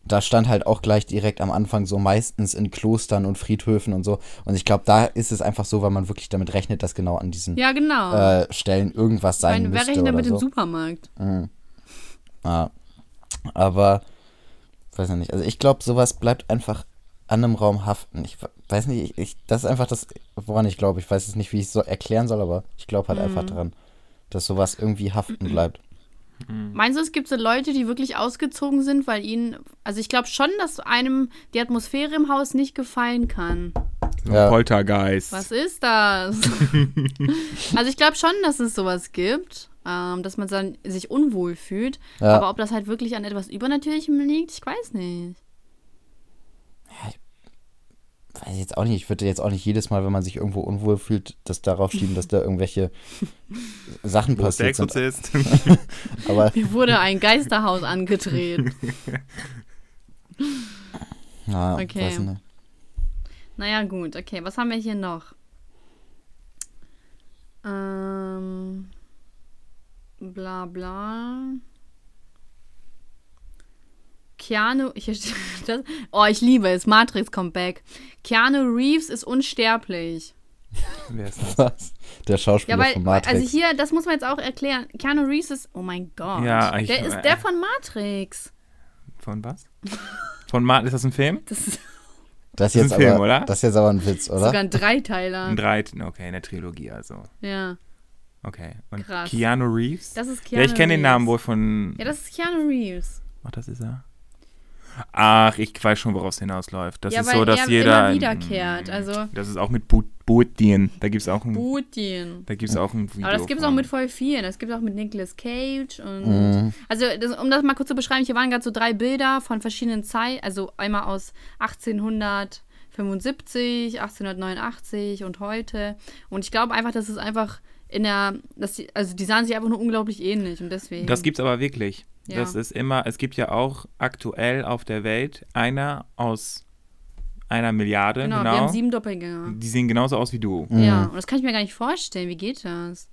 da stand halt auch gleich direkt am Anfang so meistens in Klostern und Friedhöfen und so. Und ich glaube, da ist es einfach so, weil man wirklich damit rechnet, dass genau an diesen
ja, genau.
äh, Stellen irgendwas
Ich
sein
meine, wer
müsste
rechnet
oder
mit
so.
dem Supermarkt?
Ja. Aber, weiß ich nicht. Also ich glaube, sowas bleibt einfach an einem Raum haften. Ich we- weiß nicht, ich, ich, das ist einfach das, woran ich glaube. Ich weiß jetzt nicht, wie ich es so erklären soll, aber ich glaube halt
Mhm.
einfach daran, dass sowas irgendwie haften bleibt.
Meinst du, es gibt so Leute, die wirklich ausgezogen sind, weil ihnen, also ich glaube schon, dass einem die Atmosphäre im Haus nicht gefallen kann.
So ein
Ja.
Poltergeist.
Was ist das? also ich glaube schon, dass es sowas gibt, ähm, dass man dann sich unwohl fühlt.
Ja.
Aber ob das halt wirklich an etwas Übernatürlichem liegt, ich weiß nicht.
Weiß ich jetzt auch nicht. Ich würde jetzt auch nicht jedes Mal, wenn man sich irgendwo unwohl fühlt, das darauf schieben, dass da irgendwelche Sachen
Wo ist der
passiert sind.
Exorzist?
Aber
Mir wurde ein Geisterhaus angedreht.
na,
Okay.
weiß nicht.
Naja, gut, okay. Was haben wir hier noch? Ähm. Bla bla. Keanu. Hier steht das, oh, ich liebe es. Matrix Comeback. Keanu Reeves ist unsterblich.
Wer ist das?
Was? Der Schauspieler
Ja, weil.
von Matrix.
Also hier, das muss man jetzt auch erklären. Keanu Reeves ist. Oh mein Gott.
Ja, ich-
der ist der von Matrix.
Von was? Von Martin, ist das ein Film?
Das ist
das,
ist
jetzt
ein Film,
aber,
oder?
das ist jetzt aber ein Witz, oder?
sogar ein Dreiteiler.
Ein drei, okay, in der Trilogie also.
Ja.
Okay. Und
Krass.
Keanu Reeves?
Das ist Keanu
ja, ich kenne den
Reeves.
Namen wohl von.
Ja, das ist Keanu Reeves.
Ach, das ist er. Ach, ich weiß schon, woraus hinausläuft. Das
Ja,
ist
weil
so, dass
er
jeder.
immer wiederkehrt, also-
Das ist auch mit Bu- Butien. Da gibt es auch ein.
Putin.
Da gibt's auch ein Video.
Aber das gibt es auch
von. Mhm.
mit voll vielen. Das gibt es auch mit Nicolas Cage und. Also, das, um das mal kurz zu beschreiben, hier waren gerade so drei Bilder von verschiedenen Zeiten. Also einmal aus 1875, 1889 und heute. Und ich glaube einfach, dass es einfach in der. Dass die, also, die sahen sich einfach nur unglaublich ähnlich und deswegen.
Das gibt's aber wirklich.
Ja.
Das ist immer, es gibt ja auch aktuell auf der Welt einer aus einer Milliarde,
Genau,
genau. Mhm.
wir haben sieben Doppelgänger.
Die sehen genauso aus wie du.
Ja, und das kann ich mir gar nicht vorstellen. Wie geht das?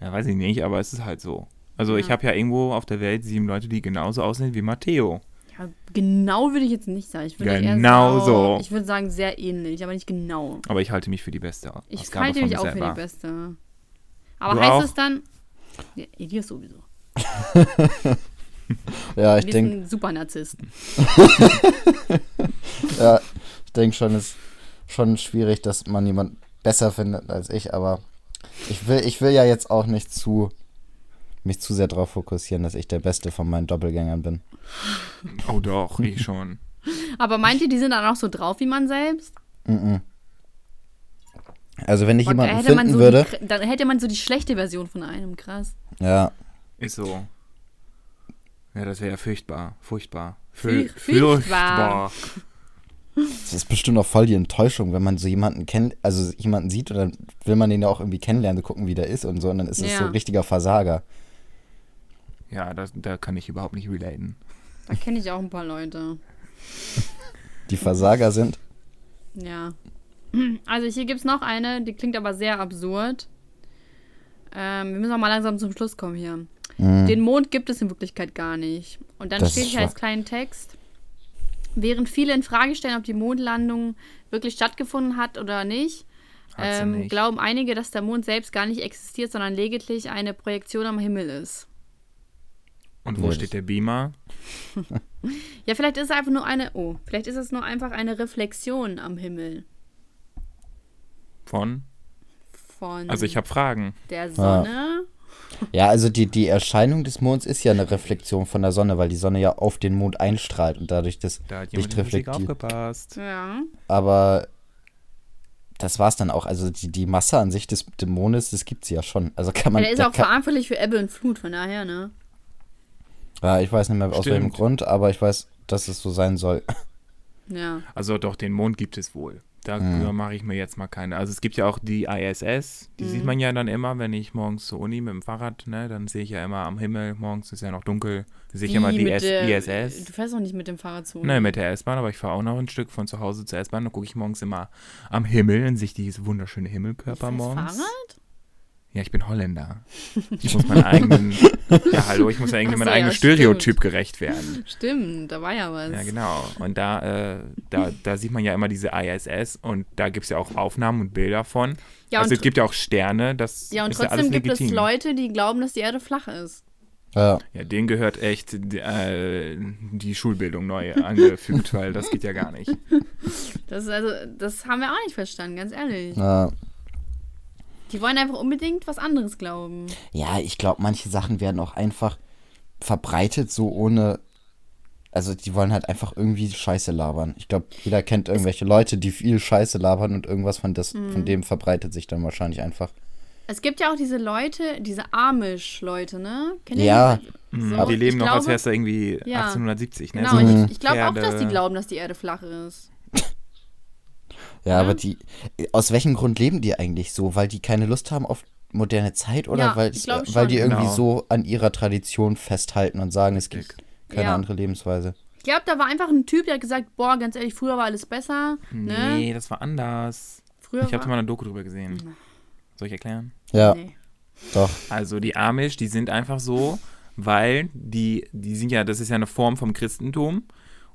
Ja, weiß ich nicht, aber es ist halt so. Also ich habe ja irgendwo auf der Welt sieben Leute, die genauso aussehen wie Matteo.
Ja, genau würde ich jetzt nicht sagen. Ich würde eher
Genau
sau-
so.
Ich würde sagen, sehr ähnlich, aber nicht genau.
Aber ich halte mich für die beste Au-
Ich
Ausgabe
halte
von
mich
mir
auch für
selber.
die beste. Aber
Du
heißt
auch?
es dann. Ja, Elias sowieso.
ja, ich
Wir
denke,
sind super Narzissten.
Ja, ich denke schon, es ist schon schwierig, dass man jemand besser findet als ich, aber ich will, ich will ja jetzt auch nicht zu mich zu sehr darauf fokussieren, dass ich der Beste von meinen Doppelgängern bin.
Oh doch, ich schon.
Aber meint ihr, die sind dann auch so drauf wie man selbst?
Also wenn ich
Boah, da
jemanden
hätte man
finden
so
würde,
Die, dann hätte man so die schlechte Version von einem, krass.
ja,
Ist so. Ja, das wäre ja furchtbar. Furchtbar.
Fü-
Fü-
furchtbar.
es ist bestimmt auch voll die Enttäuschung, wenn man so jemanden kennt, also jemanden sieht und dann will man den ja auch irgendwie kennenlernen, so gucken, wie der ist und so, und dann ist es
Ja.
so ein richtiger Versager.
Ja, das, da kann ich überhaupt nicht relaten.
Da kenne ich auch ein paar Leute.
Die Versager sind.
Ja. Also hier gibt es noch eine, die klingt aber sehr absurd. Ähm, wir müssen auch mal langsam zum Schluss kommen hier.
Mhm.
Den Mond gibt es in Wirklichkeit gar nicht. Und dann
Das
steht
ist
hier als
schwach.
kleinen Text, während viele in Frage stellen, ob die Mondlandung wirklich stattgefunden hat oder nicht,
Hat sie
ähm,
nicht.
glauben einige, dass der Mond selbst gar nicht existiert, sondern lediglich eine Projektion am Himmel ist.
Und wo
Ja,
steht der Beamer?
Ja, vielleicht ist es einfach nur eine, oh, vielleicht ist es nur einfach eine Reflexion am Himmel
Von?
von
Also ich habe Fragen.
der Sonne.
Ja, also die, die Erscheinung des Monds ist ja eine Reflexion von der Sonne, weil die Sonne ja auf den Mond einstrahlt und dadurch das
Da hat jemand
Licht
in die Musik
reflektiert.
aufgepasst.
Ja.
Aber das war's dann auch. Also die, die Masse an sich des, des Mondes, das gibt's ja schon. Also kann man.
ja, der ist
da
auch
kann,
verantwortlich für Ebbe und Flut, von daher, ne?
ja, ich weiß nicht mehr aus welchem
Stimmt.
Grund, aber ich weiß, dass es so sein soll.
Ja.
Also doch, den Mond gibt es wohl. Darüber mache ich mir jetzt mal keine. Also es gibt ja auch die ISS, die sieht man ja dann immer, wenn ich morgens zur Uni mit dem Fahrrad, ne, dann sehe ich ja immer am Himmel, morgens ist ja noch dunkel, sehe ich
Wie
immer die
mit
S
der-
ISS.
Du fährst doch nicht mit dem Fahrrad zu.
Ne, mit der S-Bahn, aber ich fahre auch noch ein Stück von zu Hause zur S-Bahn, dann gucke ich morgens immer am Himmel, dann sehe ich dieses wunderschöne Himmelkörper
Fährst
morgens.
Fahrrad?
Ja, ich bin Holländer. Ich muss meinen eigenen, ja hallo, ich muss ja irgendwie
Ach so,
meinem
ja,
eigenen
stimmt.
Stereotyp gerecht werden.
Stimmt, da war ja was.
Ja, genau. Und da, äh, da, da sieht man ja immer diese ISS und da gibt es ja auch Aufnahmen und Bilder von.
Ja,
also
und
es gibt ja auch Sterne, das
Ja, und
ist ja alles
trotzdem gibt
legitim.
es Leute, die glauben, dass die Erde flach ist.
Ja.
Ja, denen gehört echt äh, die Schulbildung neu angefügt, weil das geht ja gar nicht.
Das ist also, das haben wir auch nicht verstanden, ganz ehrlich.
Ja.
Die wollen einfach unbedingt was anderes glauben.
Ja, ich glaube, manche Sachen werden auch einfach verbreitet, so ohne. Also, die wollen halt einfach irgendwie Scheiße labern. Ich glaube, jeder kennt irgendwelche Leute, die viel Scheiße labern und irgendwas von, das,
Mhm.
von dem verbreitet sich dann wahrscheinlich einfach.
Es gibt ja auch diese Leute, diese Amish-Leute, ne? Kennt ihr
Ja.
die?
Mhm.
So,
die leben
ich
noch, als
glaube-
wäre es irgendwie
Ja.
1870. Ne?
Genau,
So
und ich, ich glaube auch,
Pferde.
dass die glauben, dass die Erde flach ist.
Ja, aber die. Aus welchem Grund leben die eigentlich so? Weil die keine Lust haben auf moderne Zeit oder
Ja,
weil,
ich glaub
weil die
schon.
irgendwie
Genau.
so an ihrer Tradition festhalten und sagen, es gibt keine
Ja.
andere Lebensweise?
Ich glaube, da war einfach ein Typ, der hat gesagt, boah, ganz ehrlich, früher war alles besser. Ne?
Nee, das war anders.
Früher
Ich habe mal
war...
eine Doku drüber gesehen. Soll ich erklären?
Ja,
Nee.
doch.
Also die Amish, die sind einfach so, weil die, die sind ja, das ist ja eine Form vom Christentum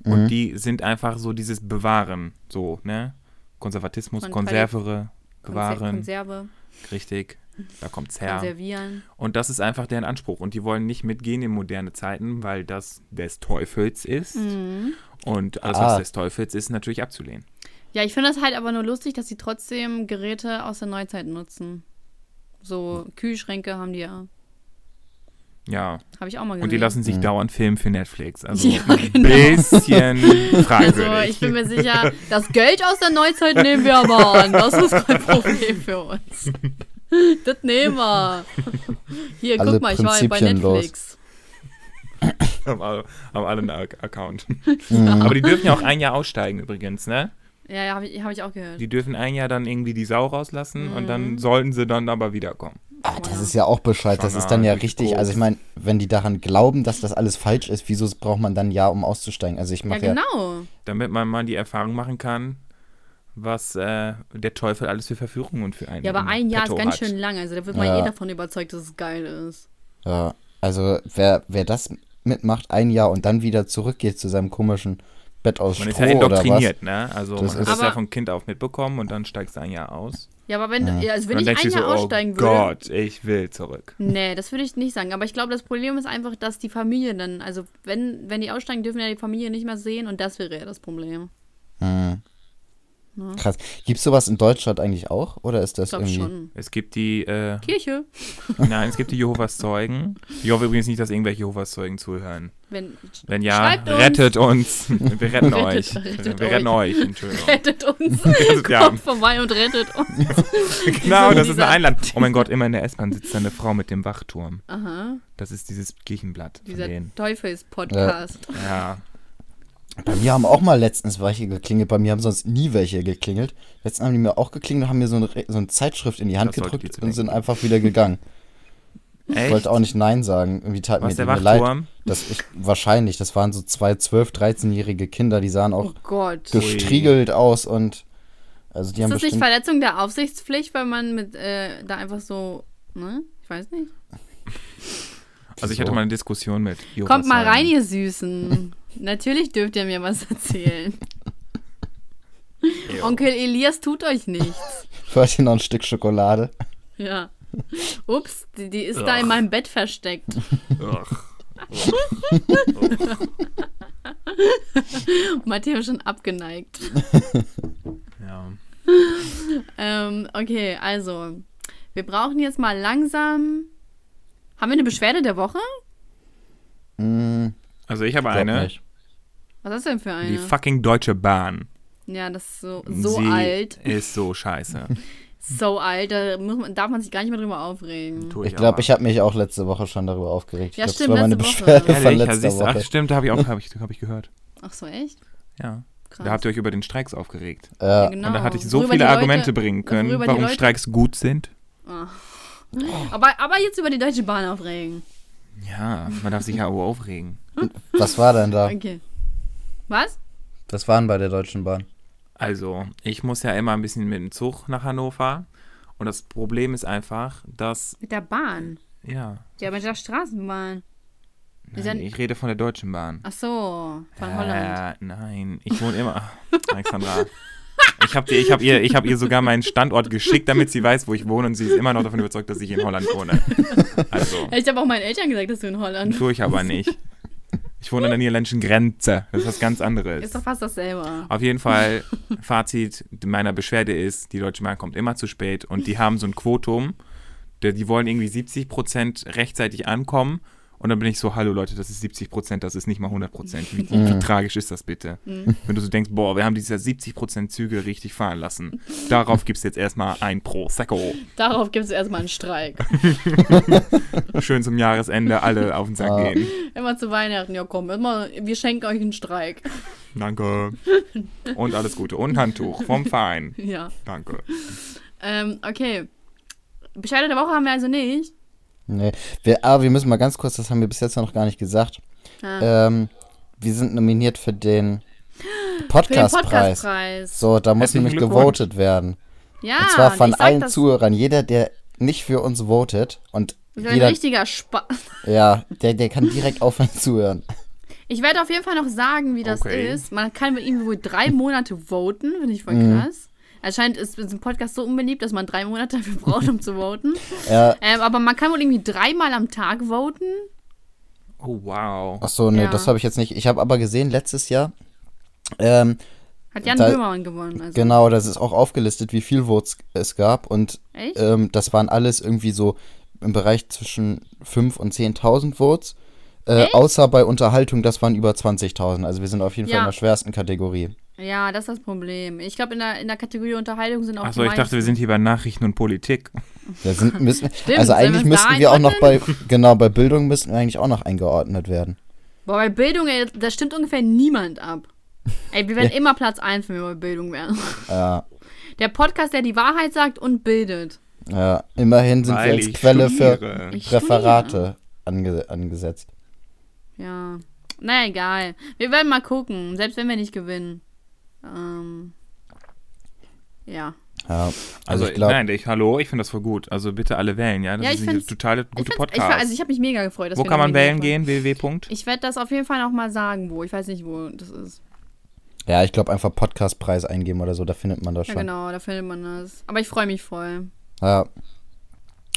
und die sind einfach so dieses Bewahren, so, ne? Konservatismus,
Von
Konservere,
Konser
Bewahren,
Konserve,
richtig, da kommt's her.
konservieren.
Und das ist einfach deren Anspruch und die wollen nicht mitgehen in moderne Zeiten, weil das des Teufels ist
Mhm.
und alles, was
Ah.
des Teufels ist, natürlich abzulehnen.
Ja, ich finde das halt aber nur lustig, dass sie trotzdem Geräte aus der Neuzeit nutzen. So Kühlschränke haben die ja.
Ja,
Habe ich auch mal gesehen.
und die lassen sich dauernd filmen für Netflix. Also
Ja,
ein
genau.
bisschen fragwürdig.
Also ich bin mir sicher, das Geld aus der Neuzeit nehmen wir aber an. Das ist kein Problem für uns. Das nehmen wir. Hier,
Alle
guck mal, ich war bei
Prinzipien los.
Netflix.
haben alle, haben alle einen Ac- Account. Aber die dürfen ja auch ein Jahr aussteigen übrigens, ne?
Ja, ja, habe ich, hab ich auch gehört.
Die dürfen ein Jahr dann irgendwie die Sau rauslassen und
Mhm.
dann sollten sie dann aber wiederkommen.
Ah, das ist ja auch Bescheid. Das ist dann ja
Fanatisch
richtig.
groß.
Also ich meine, wenn die daran glauben, dass das alles falsch ist, wieso braucht man dann ein Jahr, um auszusteigen? Also ich
Ja,
mache ja,
genau.
Damit man mal die Erfahrung machen kann, was äh, der Teufel alles für Verführungen für einen
Ja, aber
im
ein Jahr ist
Petto
ganz
hat.
schön lang. Also da wird man
Ja.
eh davon überzeugt, dass es geil ist.
ja. Also wer, wer das mitmacht, ein Jahr und dann wieder zurückgeht zu seinem komischen Bett aus
Man ist
Stroh
ja
oder was?
indoktriniert, ne? Also
Das
man hat das
ist-
ja von Kind auf mitbekommen und dann steigst du ein Jahr aus.
Ja, aber wenn, ja. also wenn
und
ich
dann
ein
denkst du
Jahr
so,
aussteigen
oh
würde.
Gott, ich will zurück.
Nee, das würde ich nicht sagen. Aber ich glaube, das Problem ist einfach, dass die Familie dann, also wenn, wenn die aussteigen, dürfen ja die Familie nicht mehr sehen und das wäre ja das Problem.
Hm. Krass. Gibt's sowas in Deutschland eigentlich auch? Oder ist das
Ich glaube
irgendwie.
schon.
Es gibt die äh,
Kirche.
Nein, es gibt die Jehovas Zeugen. Ich hoffe übrigens nicht, dass irgendwelche Jehovas Zeugen zuhören.
Wenn,
Wenn ja,
Schreibt uns.
rettet uns. Wir retten euch.
rettet
Wir retten
euch.
euch, Entschuldigung.
rettet uns.
ja.
Kommt vorbei und rettet uns.
Genau,
So
das ist
dieser-
eine Einladung. Oh mein Gott, immer in der S-Bahn sitzt da eine Frau mit dem Wachturm.
Aha,
Das ist dieses Kirchenblatt von
Ah. dieser
denen.
Teufels-Podcast.
Ja.
Bei mir haben auch mal letztens welche geklingelt, bei mir haben sonst nie welche geklingelt. Letztens haben die mir auch geklingelt und haben mir so eine, Re- so eine Zeitschrift in die Hand
Das sollte die
gedrückt
zu
und sind
denken.
einfach wieder gegangen. Ich
Echt?
wollte auch nicht Nein sagen. Irgendwie tat
Was
mir,
der
mir leid.
Wachturm?
Das ich, wahrscheinlich, das waren so zwei 12-, 13-jährige Kinder, die sahen auch
Oh Gott.
gestriegelt aus und also die
Ist
haben
das nicht
bestimmt.
Verletzung der Aufsichtspflicht, weil man mit äh, da einfach so, ne? Ich weiß nicht.
Also ich hatte
So.
mal eine Diskussion mit Jehovas
Kommt mal
Zeugen.
rein, ihr Süßen. Natürlich dürft ihr mir was erzählen.
Jo.
Onkel Elias tut euch nichts.
Ich wollte noch ein Stück Schokolade.
Ja. Ups, die, die ist da in
Ugh.
meinem Bett versteckt.
Ugh.
Matthias schon abgeneigt.
Ja.
Ähm, okay, also. Wir brauchen jetzt mal langsam. Haben wir eine Beschwerde der Woche?
Hm,
Also ich habe
glaub
eine.
nicht.
Was ist das denn für eine?
Die fucking Deutsche Bahn.
ja, das ist so, so
Sie
alt.
ist so scheiße.
So alt, da muss man, darf man sich gar nicht mehr drüber aufregen.
Tue
Ich glaube,
aber.
ich habe mich auch letzte Woche schon darüber aufgeregt.
Ja,
ich glaube, das
stimmt,
war meine
letzte Woche.
Beschwerde von
Ehrlich, ja,
letzter
siehst du, ach
Woche.
stimmt, da habe ich auch hab ich, hab ich gehört.
Ach so, echt?
Ja.
Krass.
Da habt ihr euch über den Streiks aufgeregt.
Ja,
Äh,
genau.
Und da hatte ich so
Worüber die
viele
Leute-
Argumente bringen können,
worüber die
warum
Leute-
Streiks gut sind.
Ah. Aber, aber jetzt über die Deutsche Bahn aufregen.
Ja, man darf sich ja auch aufregen.
Hm?
was war denn da?
Okay. Was?
Was waren bei der Deutschen Bahn?
Also, ich muss ja immer ein bisschen mit dem Zug nach Hannover. Und das Problem ist einfach, dass,
Mit der Bahn?
ja,
Ja, mit der Straßenbahn. Ist ja-
nein, ich rede von der Deutschen Bahn.
Ach so, von Holland.
Äh, nein, ich wohne immer. Ach, Alexandra. Ich habe ihr, ich hab ihr, ich hab ihr sogar meinen Standort geschickt, damit sie weiß, wo ich wohne und sie ist immer noch davon überzeugt, dass ich in Holland wohne. Also,
Ich habe auch meinen Eltern gesagt, dass du in Holland
tue ich aber nicht. Ich wohne an der niederländischen Grenze. Das ist was ganz anderes.
bist. Ist doch fast dasselbe.
Auf jeden Fall, Fazit meiner Beschwerde ist, die Deutsche Bahn kommt immer zu spät und die haben so ein Quotum. Der- Die wollen irgendwie 70 Prozent rechtzeitig ankommen. Und dann bin ich so, hallo Leute, das ist 70 Prozent, das ist nicht mal 100 Prozent. Wie, wie, wie tragisch ist das bitte? Wenn du so denkst, boah, wir haben dieses Jahr 70 Prozent Züge richtig fahren lassen. Darauf gibt es jetzt erstmal ein Pro. Sacko.
Darauf gibt es erstmal einen Streik.
Schön zum Jahresende alle auf den Sack
Ah.
gehen.
Immer zu Weihnachten, ja komm, immer, wir schenken euch einen Streik.
Danke. Und alles Gute. Und Handtuch vom Verein.
Ja.
Danke.
Ähm, okay. Bescheid der Woche haben wir also nicht.
Nee. Wir, aber wir müssen mal ganz kurz, das haben wir bis jetzt noch gar nicht gesagt.
Ah,
Ähm, wir sind nominiert für den
für den
Podcastpreis.
Podcastpreis.
so, da muss
Herzlichen
nämlich
Glückwunsch.
gewotet werden.
Ja,
und zwar von
Ah, ich sag,
allen
das
Zuhörern. Jeder, der nicht für uns votet und
ist ein
jeder,
richtiger Spaß.
ja, der, der kann direkt aufhören zuhören.
Ich werde auf jeden Fall noch sagen, wie das
Okay.
ist. Man kann mit ihm wohl drei Monate voten, finde ich voll
Mhm.
krass. Anscheinend ist, ist ein Podcast so unbeliebt, dass man drei Monate dafür braucht, um zu voten.
Ja.
Ähm, aber man kann wohl irgendwie dreimal am Tag voten.
Oh, wow.
Achso, nee,
Ja.
das habe ich jetzt nicht. Ich habe aber gesehen, letztes Jahr, ähm,
Hat Jan
Da-
Böhmermann gewonnen. Also.
genau, das ist auch aufgelistet, wie viel Votes es gab. Und
Echt?
ähm, das waren alles irgendwie so im Bereich zwischen 5.000 und 10.000 Votes. Äh, außer bei Unterhaltung, das waren über 20.000. Also wir sind auf jeden
Ja.
Fall in der schwersten Kategorie.
Ja, das ist das Problem. Ich glaube, in der, in der Kategorie Unterhaltung sind auch
Achso,
die
ich dachte, wir
meisten.
sind hier bei Nachrichten und Politik.
Da sind, müssen,
Stimmt,
also
sollen
eigentlich
wir es da
müssten wir auch noch bei, genau, bei Bildung müssten wir eigentlich auch noch eingeordnet werden.
Boah, bei Bildung, ey, da stimmt ungefähr niemand ab. Ey, wir wären immer Platz 1, wenn wir bei Bildung wären.
Ja,
Der Podcast, der die Wahrheit sagt und bildet.
ja, immerhin sind wir
Weil
als
ich
Quelle
studiere.
Ich
für Referate ange, angesetzt.
Ja. Naja, egal. Wir werden mal gucken, selbst wenn wir nicht gewinnen. Ähm. Ja.
Ja, also,
Also,
ich glaube,
nein, ich, hallo, ich finde das voll gut. Also bitte alle wählen, ja? Das
Ja, ich
ist ein
find's-
totale gute
ich find's- Ich,
Podcast.
war- also ich habe mich mega gefreut. Dass
wo
wir
kann man
nominiert
wählen
waren.
gehen? www. Punkt?
Ich werde das auf jeden Fall noch mal sagen, wo. Ich weiß nicht, wo das ist.
ja, ich glaube einfach Podcastpreis eingeben oder so, da findet man das
Ja,
schon.
genau, da findet man das. Aber ich freue mich voll.
Ja.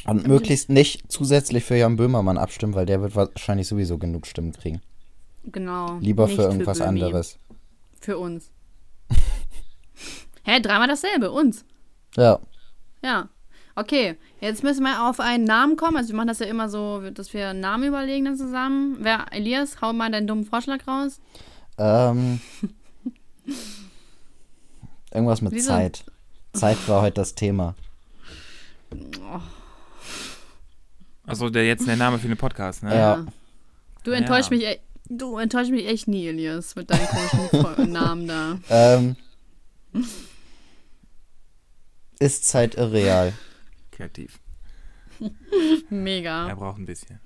Und möglichst nicht zusätzlich für Jan Böhmermann abstimmen, weil der wird wahrscheinlich sowieso genug Stimmen kriegen.
Genau.
Lieber
Nicht
für irgendwas
Böhmi.
anderes.
Für uns. Hä, dreimal dasselbe, uns.
Ja,
Ja. Okay, jetzt müssen wir auf einen Namen kommen. Also wir machen das ja immer so, dass wir einen Namen überlegen dann zusammen. Wer, Elias, hau mal deinen dummen Vorschlag raus.
ähm. irgendwas mit
Wieso?
Zeit. Zeit war heute das Thema.
Also der jetzt der Name für den Podcast, ne?
Ja.
Du enttäuschst
Ja.
mich echt. Du enttäuschst mich echt nie, Elias, mit deinen komischen Vor- Namen da.
Ähm. Ist Zeit irreal?
Kreativ.
Mega.
Er braucht ein bisschen.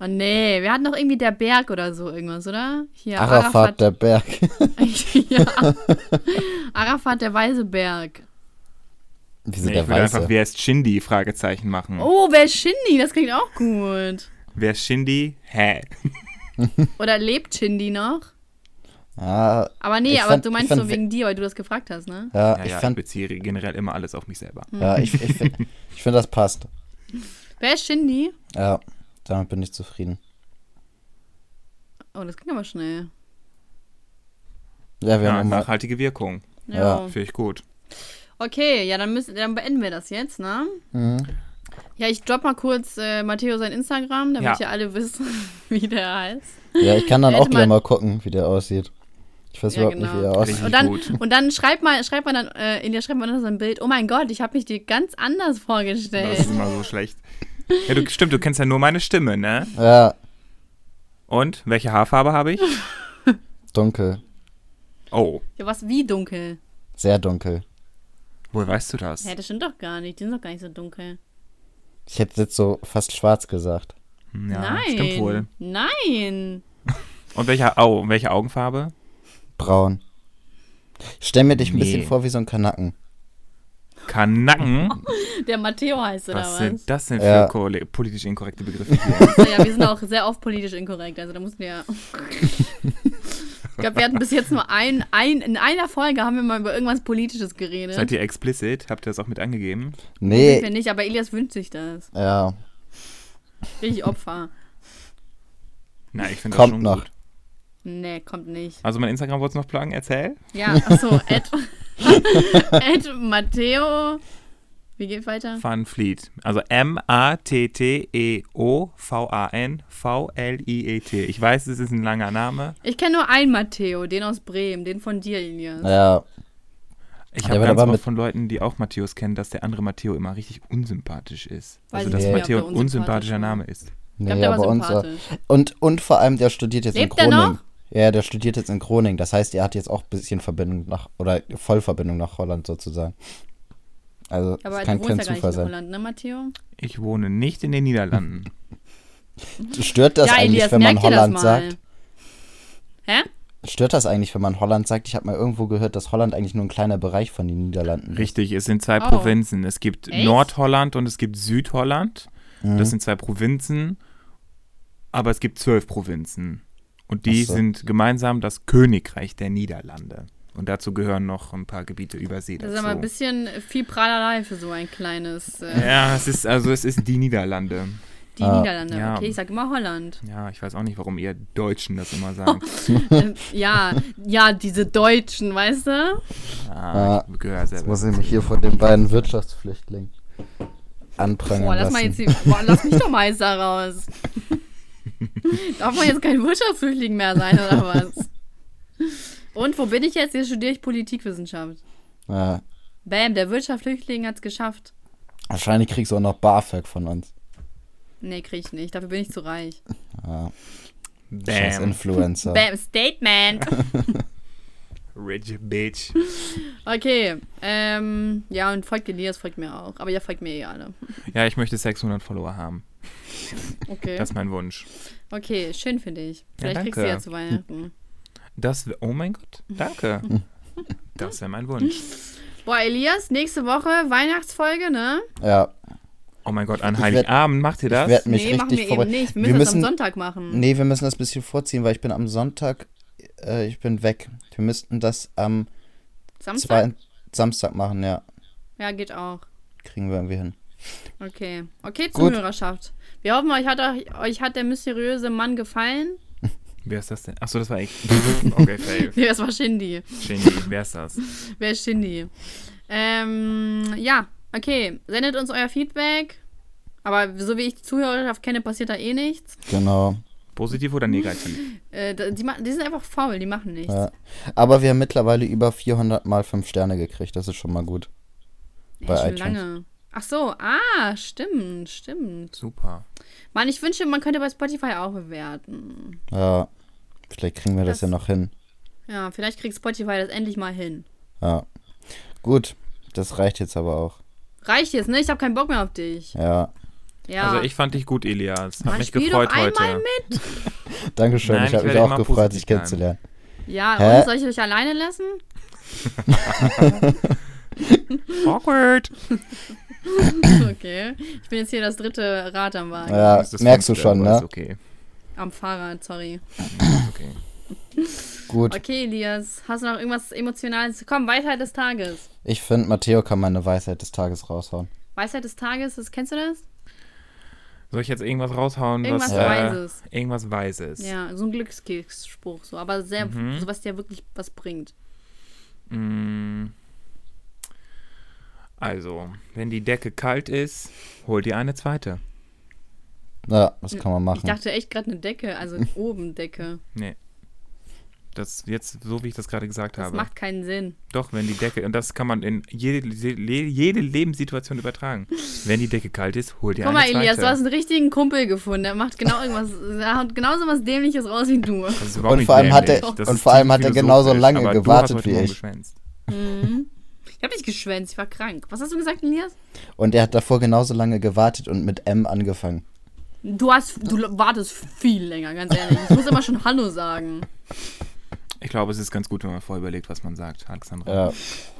Oh nee, wir hatten doch irgendwie der Berg oder so irgendwas, oder? Hier,
Arafat, der Berg.
ja. Arafat, der weiße
Hm.
Berg.
Wieso
Nee, ich
der
würde einfach,
Weiße?
wer ist Shindy? Fragezeichen machen.
Oh, wer ist Shindy? Das klingt auch gut.
Wer ist Shindy? Hä?
Oder lebt Shindy noch?
Ja,
Aber nee,
Ich
aber
fand-
du
ich
meinst
fand
so
we-
wegen dir, weil du das gefragt hast, ne?
Ah, ja,
Ja,
ich
ja, ich
fand,
beziehe generell immer alles auf mich selber.
Hm.
ja, ich, ich finde, ich find, das passt.
Wer ist Shindy?
Ja, damit bin ich zufrieden.
Oh, das ging aber schnell.
Ja, wir
Ja,
haben auch mal,
nachhaltige Wirkung.
Ja.
Finde ich gut.
Okay, ja, dann, müssen, dann beenden wir das jetzt, ne?
Mhm.
Ja, ich drop mal kurz äh, Matteo sein Instagram, damit
Ja.
ihr alle wisst, wie der heißt.
ja, ich kann dann
Hätte
auch gleich
man-
mal gucken, wie der aussieht. Ich weiß
Ja,
überhaupt nicht, wie
genau.
er aussieht.
Richtig
Und dann,
gut.
und dann schreibt mal, schreibt mal dann, äh, in dir schreibt mal unter so ein Bild, oh mein Gott, ich habe mich dir ganz anders
Das ist
vorgestellt.
immer so schlecht. Ja, du, stimmt, du kennst ja nur meine Stimme, ne?
Ja,
Und welche Haarfarbe habe ich?
dunkel.
Oh,
Ja, was wie dunkel?
Sehr dunkel.
woher weißt du das?
Ja, das stimmt doch gar nicht. Die sind doch gar nicht so dunkel.
Ich hätte jetzt so fast schwarz gesagt.
Ja,
Nein.
stimmt wohl.
Nein.
Und welche, oh, und welche Augenfarbe?
Braun. Stell mir dich ein bisschen
Nee.
vor wie so ein Kanacken.
Kanaken?
Der Matteo heißt oder
Was
was?
sind das denn für
Ja.
kole- politisch inkorrekte Begriffe hier?
Ja, wir sind auch sehr oft politisch inkorrekt. Also da mussten wir. Ich glaube, wir hatten bis jetzt nur ein, ein, in einer Folge haben wir mal über irgendwas Politisches geredet.
Seid ihr explicit? Habt ihr das auch mit angegeben?
Sind wir
Nee,
nicht, aber Elias wünscht sich das.
ja.
Richtig Opfer.
Nein, ich finde das
Kommt
schon
noch.
gut.
Nee, kommt nicht.
Also mein Instagram wolltest du noch plagen? Erzähl.
Ja, achso, Ed, Ed Matteo. Wie geht weiter?
Van Fleet. Also E M-A-T-T-E-O-V-A-N-V-L-I-E-T. E Ich weiß, es ist ein langer Name.
Ich kenne nur einen Matteo, den aus Bremen, den von dir, Elias.
Ja,
Ich
Der
habe
wird
ganz
aber
oft
mit-
von Leuten, die auch Matthäus kennen, dass der andere Matteo immer richtig unsympathisch ist.
Weiß
also
ich
dass
nicht, ob
Matteo
der
ein
unsympathisch
unsympathischer
war.
Name ist.
nee,
glaub, der war
aber unser.
sympathisch.
Und, und vor allem, der studiert jetzt
Lebt er
in
noch?
Groningen. Ja, der studiert jetzt in Groningen. Das heißt, er hat jetzt auch ein bisschen Verbindung nach, oder Vollverbindung nach Holland sozusagen. Also,
Aber
es
du
kann
wohnst
kein
ja gar nicht
Zufall
in
sein.
Holland, ne, Matteo?
Ich wohne nicht in den Niederlanden.
Stört das
ja,
eigentlich,
Elias,
wenn man
merk dir das
Holland
mal.
sagt?
Hä?
Stört das eigentlich, wenn man Holland sagt? Ich habe mal irgendwo gehört, dass Holland eigentlich nur ein kleiner Bereich von den Niederlanden ist.
Richtig, es sind zwei
Oh.
Provinzen. Es gibt
Echt?
Nordholland und es gibt Südholland.
Mhm.
Das sind zwei Provinzen, aber es gibt zwölf Provinzen. Und die
Ach so.
sind gemeinsam das Königreich der Niederlande. Und dazu gehören noch ein paar Gebiete über See
Das
dazu.
ist aber ein bisschen viel Prahlerei für so ein kleines. Äh,
ja, es ist also es ist die Niederlande.
die
Ah.
Niederlande.
Ja.
Okay, ich sag immer Holland.
Ja, ich weiß auch nicht, warum ihr Deutschen das immer sagt.
Ähm, ja, ja, diese Deutschen, weißt du?
Ah, ich gehöre
Jetzt
selber.
muss ich mich hier von den beiden Wirtschaftsflüchtlingen anprangern
Boah, lass
lassen.
mal jetzt die, boah, lass mich doch mal jetzt da raus. Darf man jetzt kein Wirtschaftsflüchtling mehr sein, oder was? Und wo bin ich jetzt? Jetzt studiere ich Politikwissenschaft.
ja,
Bam, der Wirtschaftsflüchtling hat's geschafft.
wahrscheinlich kriegst du auch noch BAföG von uns.
Nee, krieg ich nicht. Dafür bin ich zu reich.
Ja, scheiß
Bam.
Influencer.
Bam, Statement.
Rich Bitch.
Okay, ähm, ja, und folgt Elias, folgt mir auch. Aber ihr folgt mir eh alle.
Ja, ich möchte 600 Follower haben.
Okay.
Das ist mein Wunsch.
Okay, schön für dich. Vielleicht kriegst du
danke.
ja zu Weihnachten.
Das wär- oh mein Gott, danke. Das wäre mein Wunsch.
Boah, Elias, nächste Woche Weihnachtsfolge, ne?
Ja,
Oh mein Gott, an
werd-
Heiligabend macht ihr das?
ich werde mich
nee, machen wir
richtig vorbereiten.
eben nicht. Wir
wir
müssen, das am
müssen,
Sonntag machen.
nee, wir müssen das ein bisschen vorziehen, weil ich bin am Sonntag, äh, ich bin weg. Wir müssten das am
Samstag?
zwei, Samstag machen, ja.
Ja, geht auch.
Kriegen wir irgendwie hin.
Okay. Okay,
Gut.
Zuhörerschaft. Wir hoffen, euch hat, euch, euch hat der mysteriöse Mann gefallen.
Wer ist das denn? Achso, das war ich. okay, fail.
Nee, das war Shindy.
Genie, wer ist das?
Wer ist Shindy? Ähm, ja, okay. Sendet uns euer Feedback. Aber so wie ich die Zuhörerschaft kenne, passiert da eh nichts.
Genau.
Positiv oder negativ?
Äh, da- die, ma- die sind einfach faul, die machen nichts.
Ja. Aber wir haben mittlerweile über 400 mal 5 Sterne gekriegt. Das ist schon mal gut.
Ey,
bei
schon
iTunes.
lange. Ach so, ah, stimmt, stimmt.
Super.
Mann, ich wünsche, man könnte bei Spotify auch bewerten.
Ja. Vielleicht kriegen wir das, ja
Das-
noch hin.
Ja, vielleicht kriegt Spotify das endlich mal hin.
Ja. Gut. Das reicht jetzt aber auch.
Reicht jetzt, ne? Ich habe keinen Bock mehr auf dich.
Ja.
Ja.
Also ich fand dich gut, Elias. Hat
Mann,
mich
spiel
gefreut
doch einmal
heute.
Dankeschön.
Nein,
ich
ich
habe mich
werde
auch
immer
gefreut,
positiv
dich kennenzulernen.
ja,
Hä?
und soll ich euch alleine lassen?
Awkward.
Okay. Ich bin jetzt hier das dritte Rad am Wagen.
Ja,
Das ist das
merkst du
Fünfte,
schon,
aber
ne?
Ist okay.
Am Fahrrad, sorry.
Ist okay.
Gut.
Okay, Elias, hast du noch irgendwas Emotionales? Komm, Weisheit des Tages.
Ich finde, Matteo kann meine Weisheit des Tages raushauen.
Weisheit des Tages, das, kennst du das?
Soll ich jetzt irgendwas raushauen?
Irgendwas
was, äh,
Weises.
Irgendwas Weises.
Ja, so ein Glückskeksspruch, so, aber sehr,
Mhm.
so was dir wirklich was bringt.
Mm. Also, wenn die Decke kalt ist, hol dir eine zweite.
Ja, das kann man
Ich
machen.
dachte echt gerade eine Decke, also oben Decke.
Nee. Das jetzt, so wie ich das gerade gesagt
Das
habe.
macht keinen Sinn.
Doch, wenn die Decke, und das kann man in jede, le- jede Lebenssituation übertragen. Wenn die Decke kalt ist, hol dir
Guck
eine
mal, Elias,
zweite.
du hast einen richtigen Kumpel gefunden. Der macht genau irgendwas, der haut genauso was Dämliches raus wie du.
Das ist
Und
überhaupt nicht
vor allem hat
dämlich.
er-
Das
und
ist
vor allem
tief
hat er genauso
philosophisch,
lange
aber du hast
gewartet
heute
wie
Morgen
ich.
geschwänzt.
Ich hab nicht geschwänzt, ich war krank. Was hast du gesagt, Elias?
Und er hat davor genauso lange gewartet und mit M angefangen.
Du hast, du wartest viel länger, ganz ehrlich. Ich muss immer schon Hallo sagen.
Ich glaube, es ist ganz gut, wenn man vorher überlegt, was man sagt, Alexandra.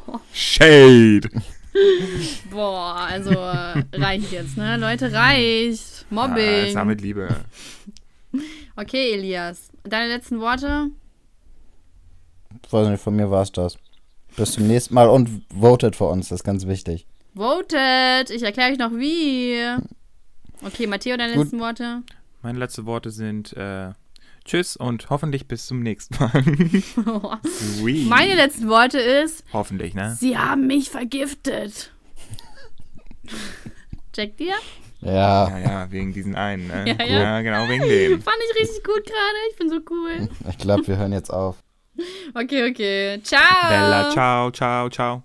Ja.
Shade!
Boah, also äh, reicht jetzt, ne? Leute, reicht.
Ah, es
Mobbing.
war mit Liebe.
okay, Elias. Deine letzten Worte?
Ich weiß nicht, von mir war es das. Bis zum nächsten Mal und votet für uns, das ist ganz wichtig.
Votet. Ich erkläre euch noch wie. Okay, Matteo, deine
Gut.
letzten Worte?
Meine letzten Worte sind äh, Tschüss und hoffentlich bis zum nächsten Mal. Sweet.
Meine letzten Worte ist,
hoffentlich, ne?
sie haben mich vergiftet. Checkt ihr?
Ja,
Ja, ja, wegen diesen einen, ne?
Ja, ja.
genau, wegen dem.
Fand ich richtig gut gerade. Ich bin so cool.
ich glaube, wir hören jetzt auf.
Okay, okay. Ciao.
Bella, ciao, ciao, ciao.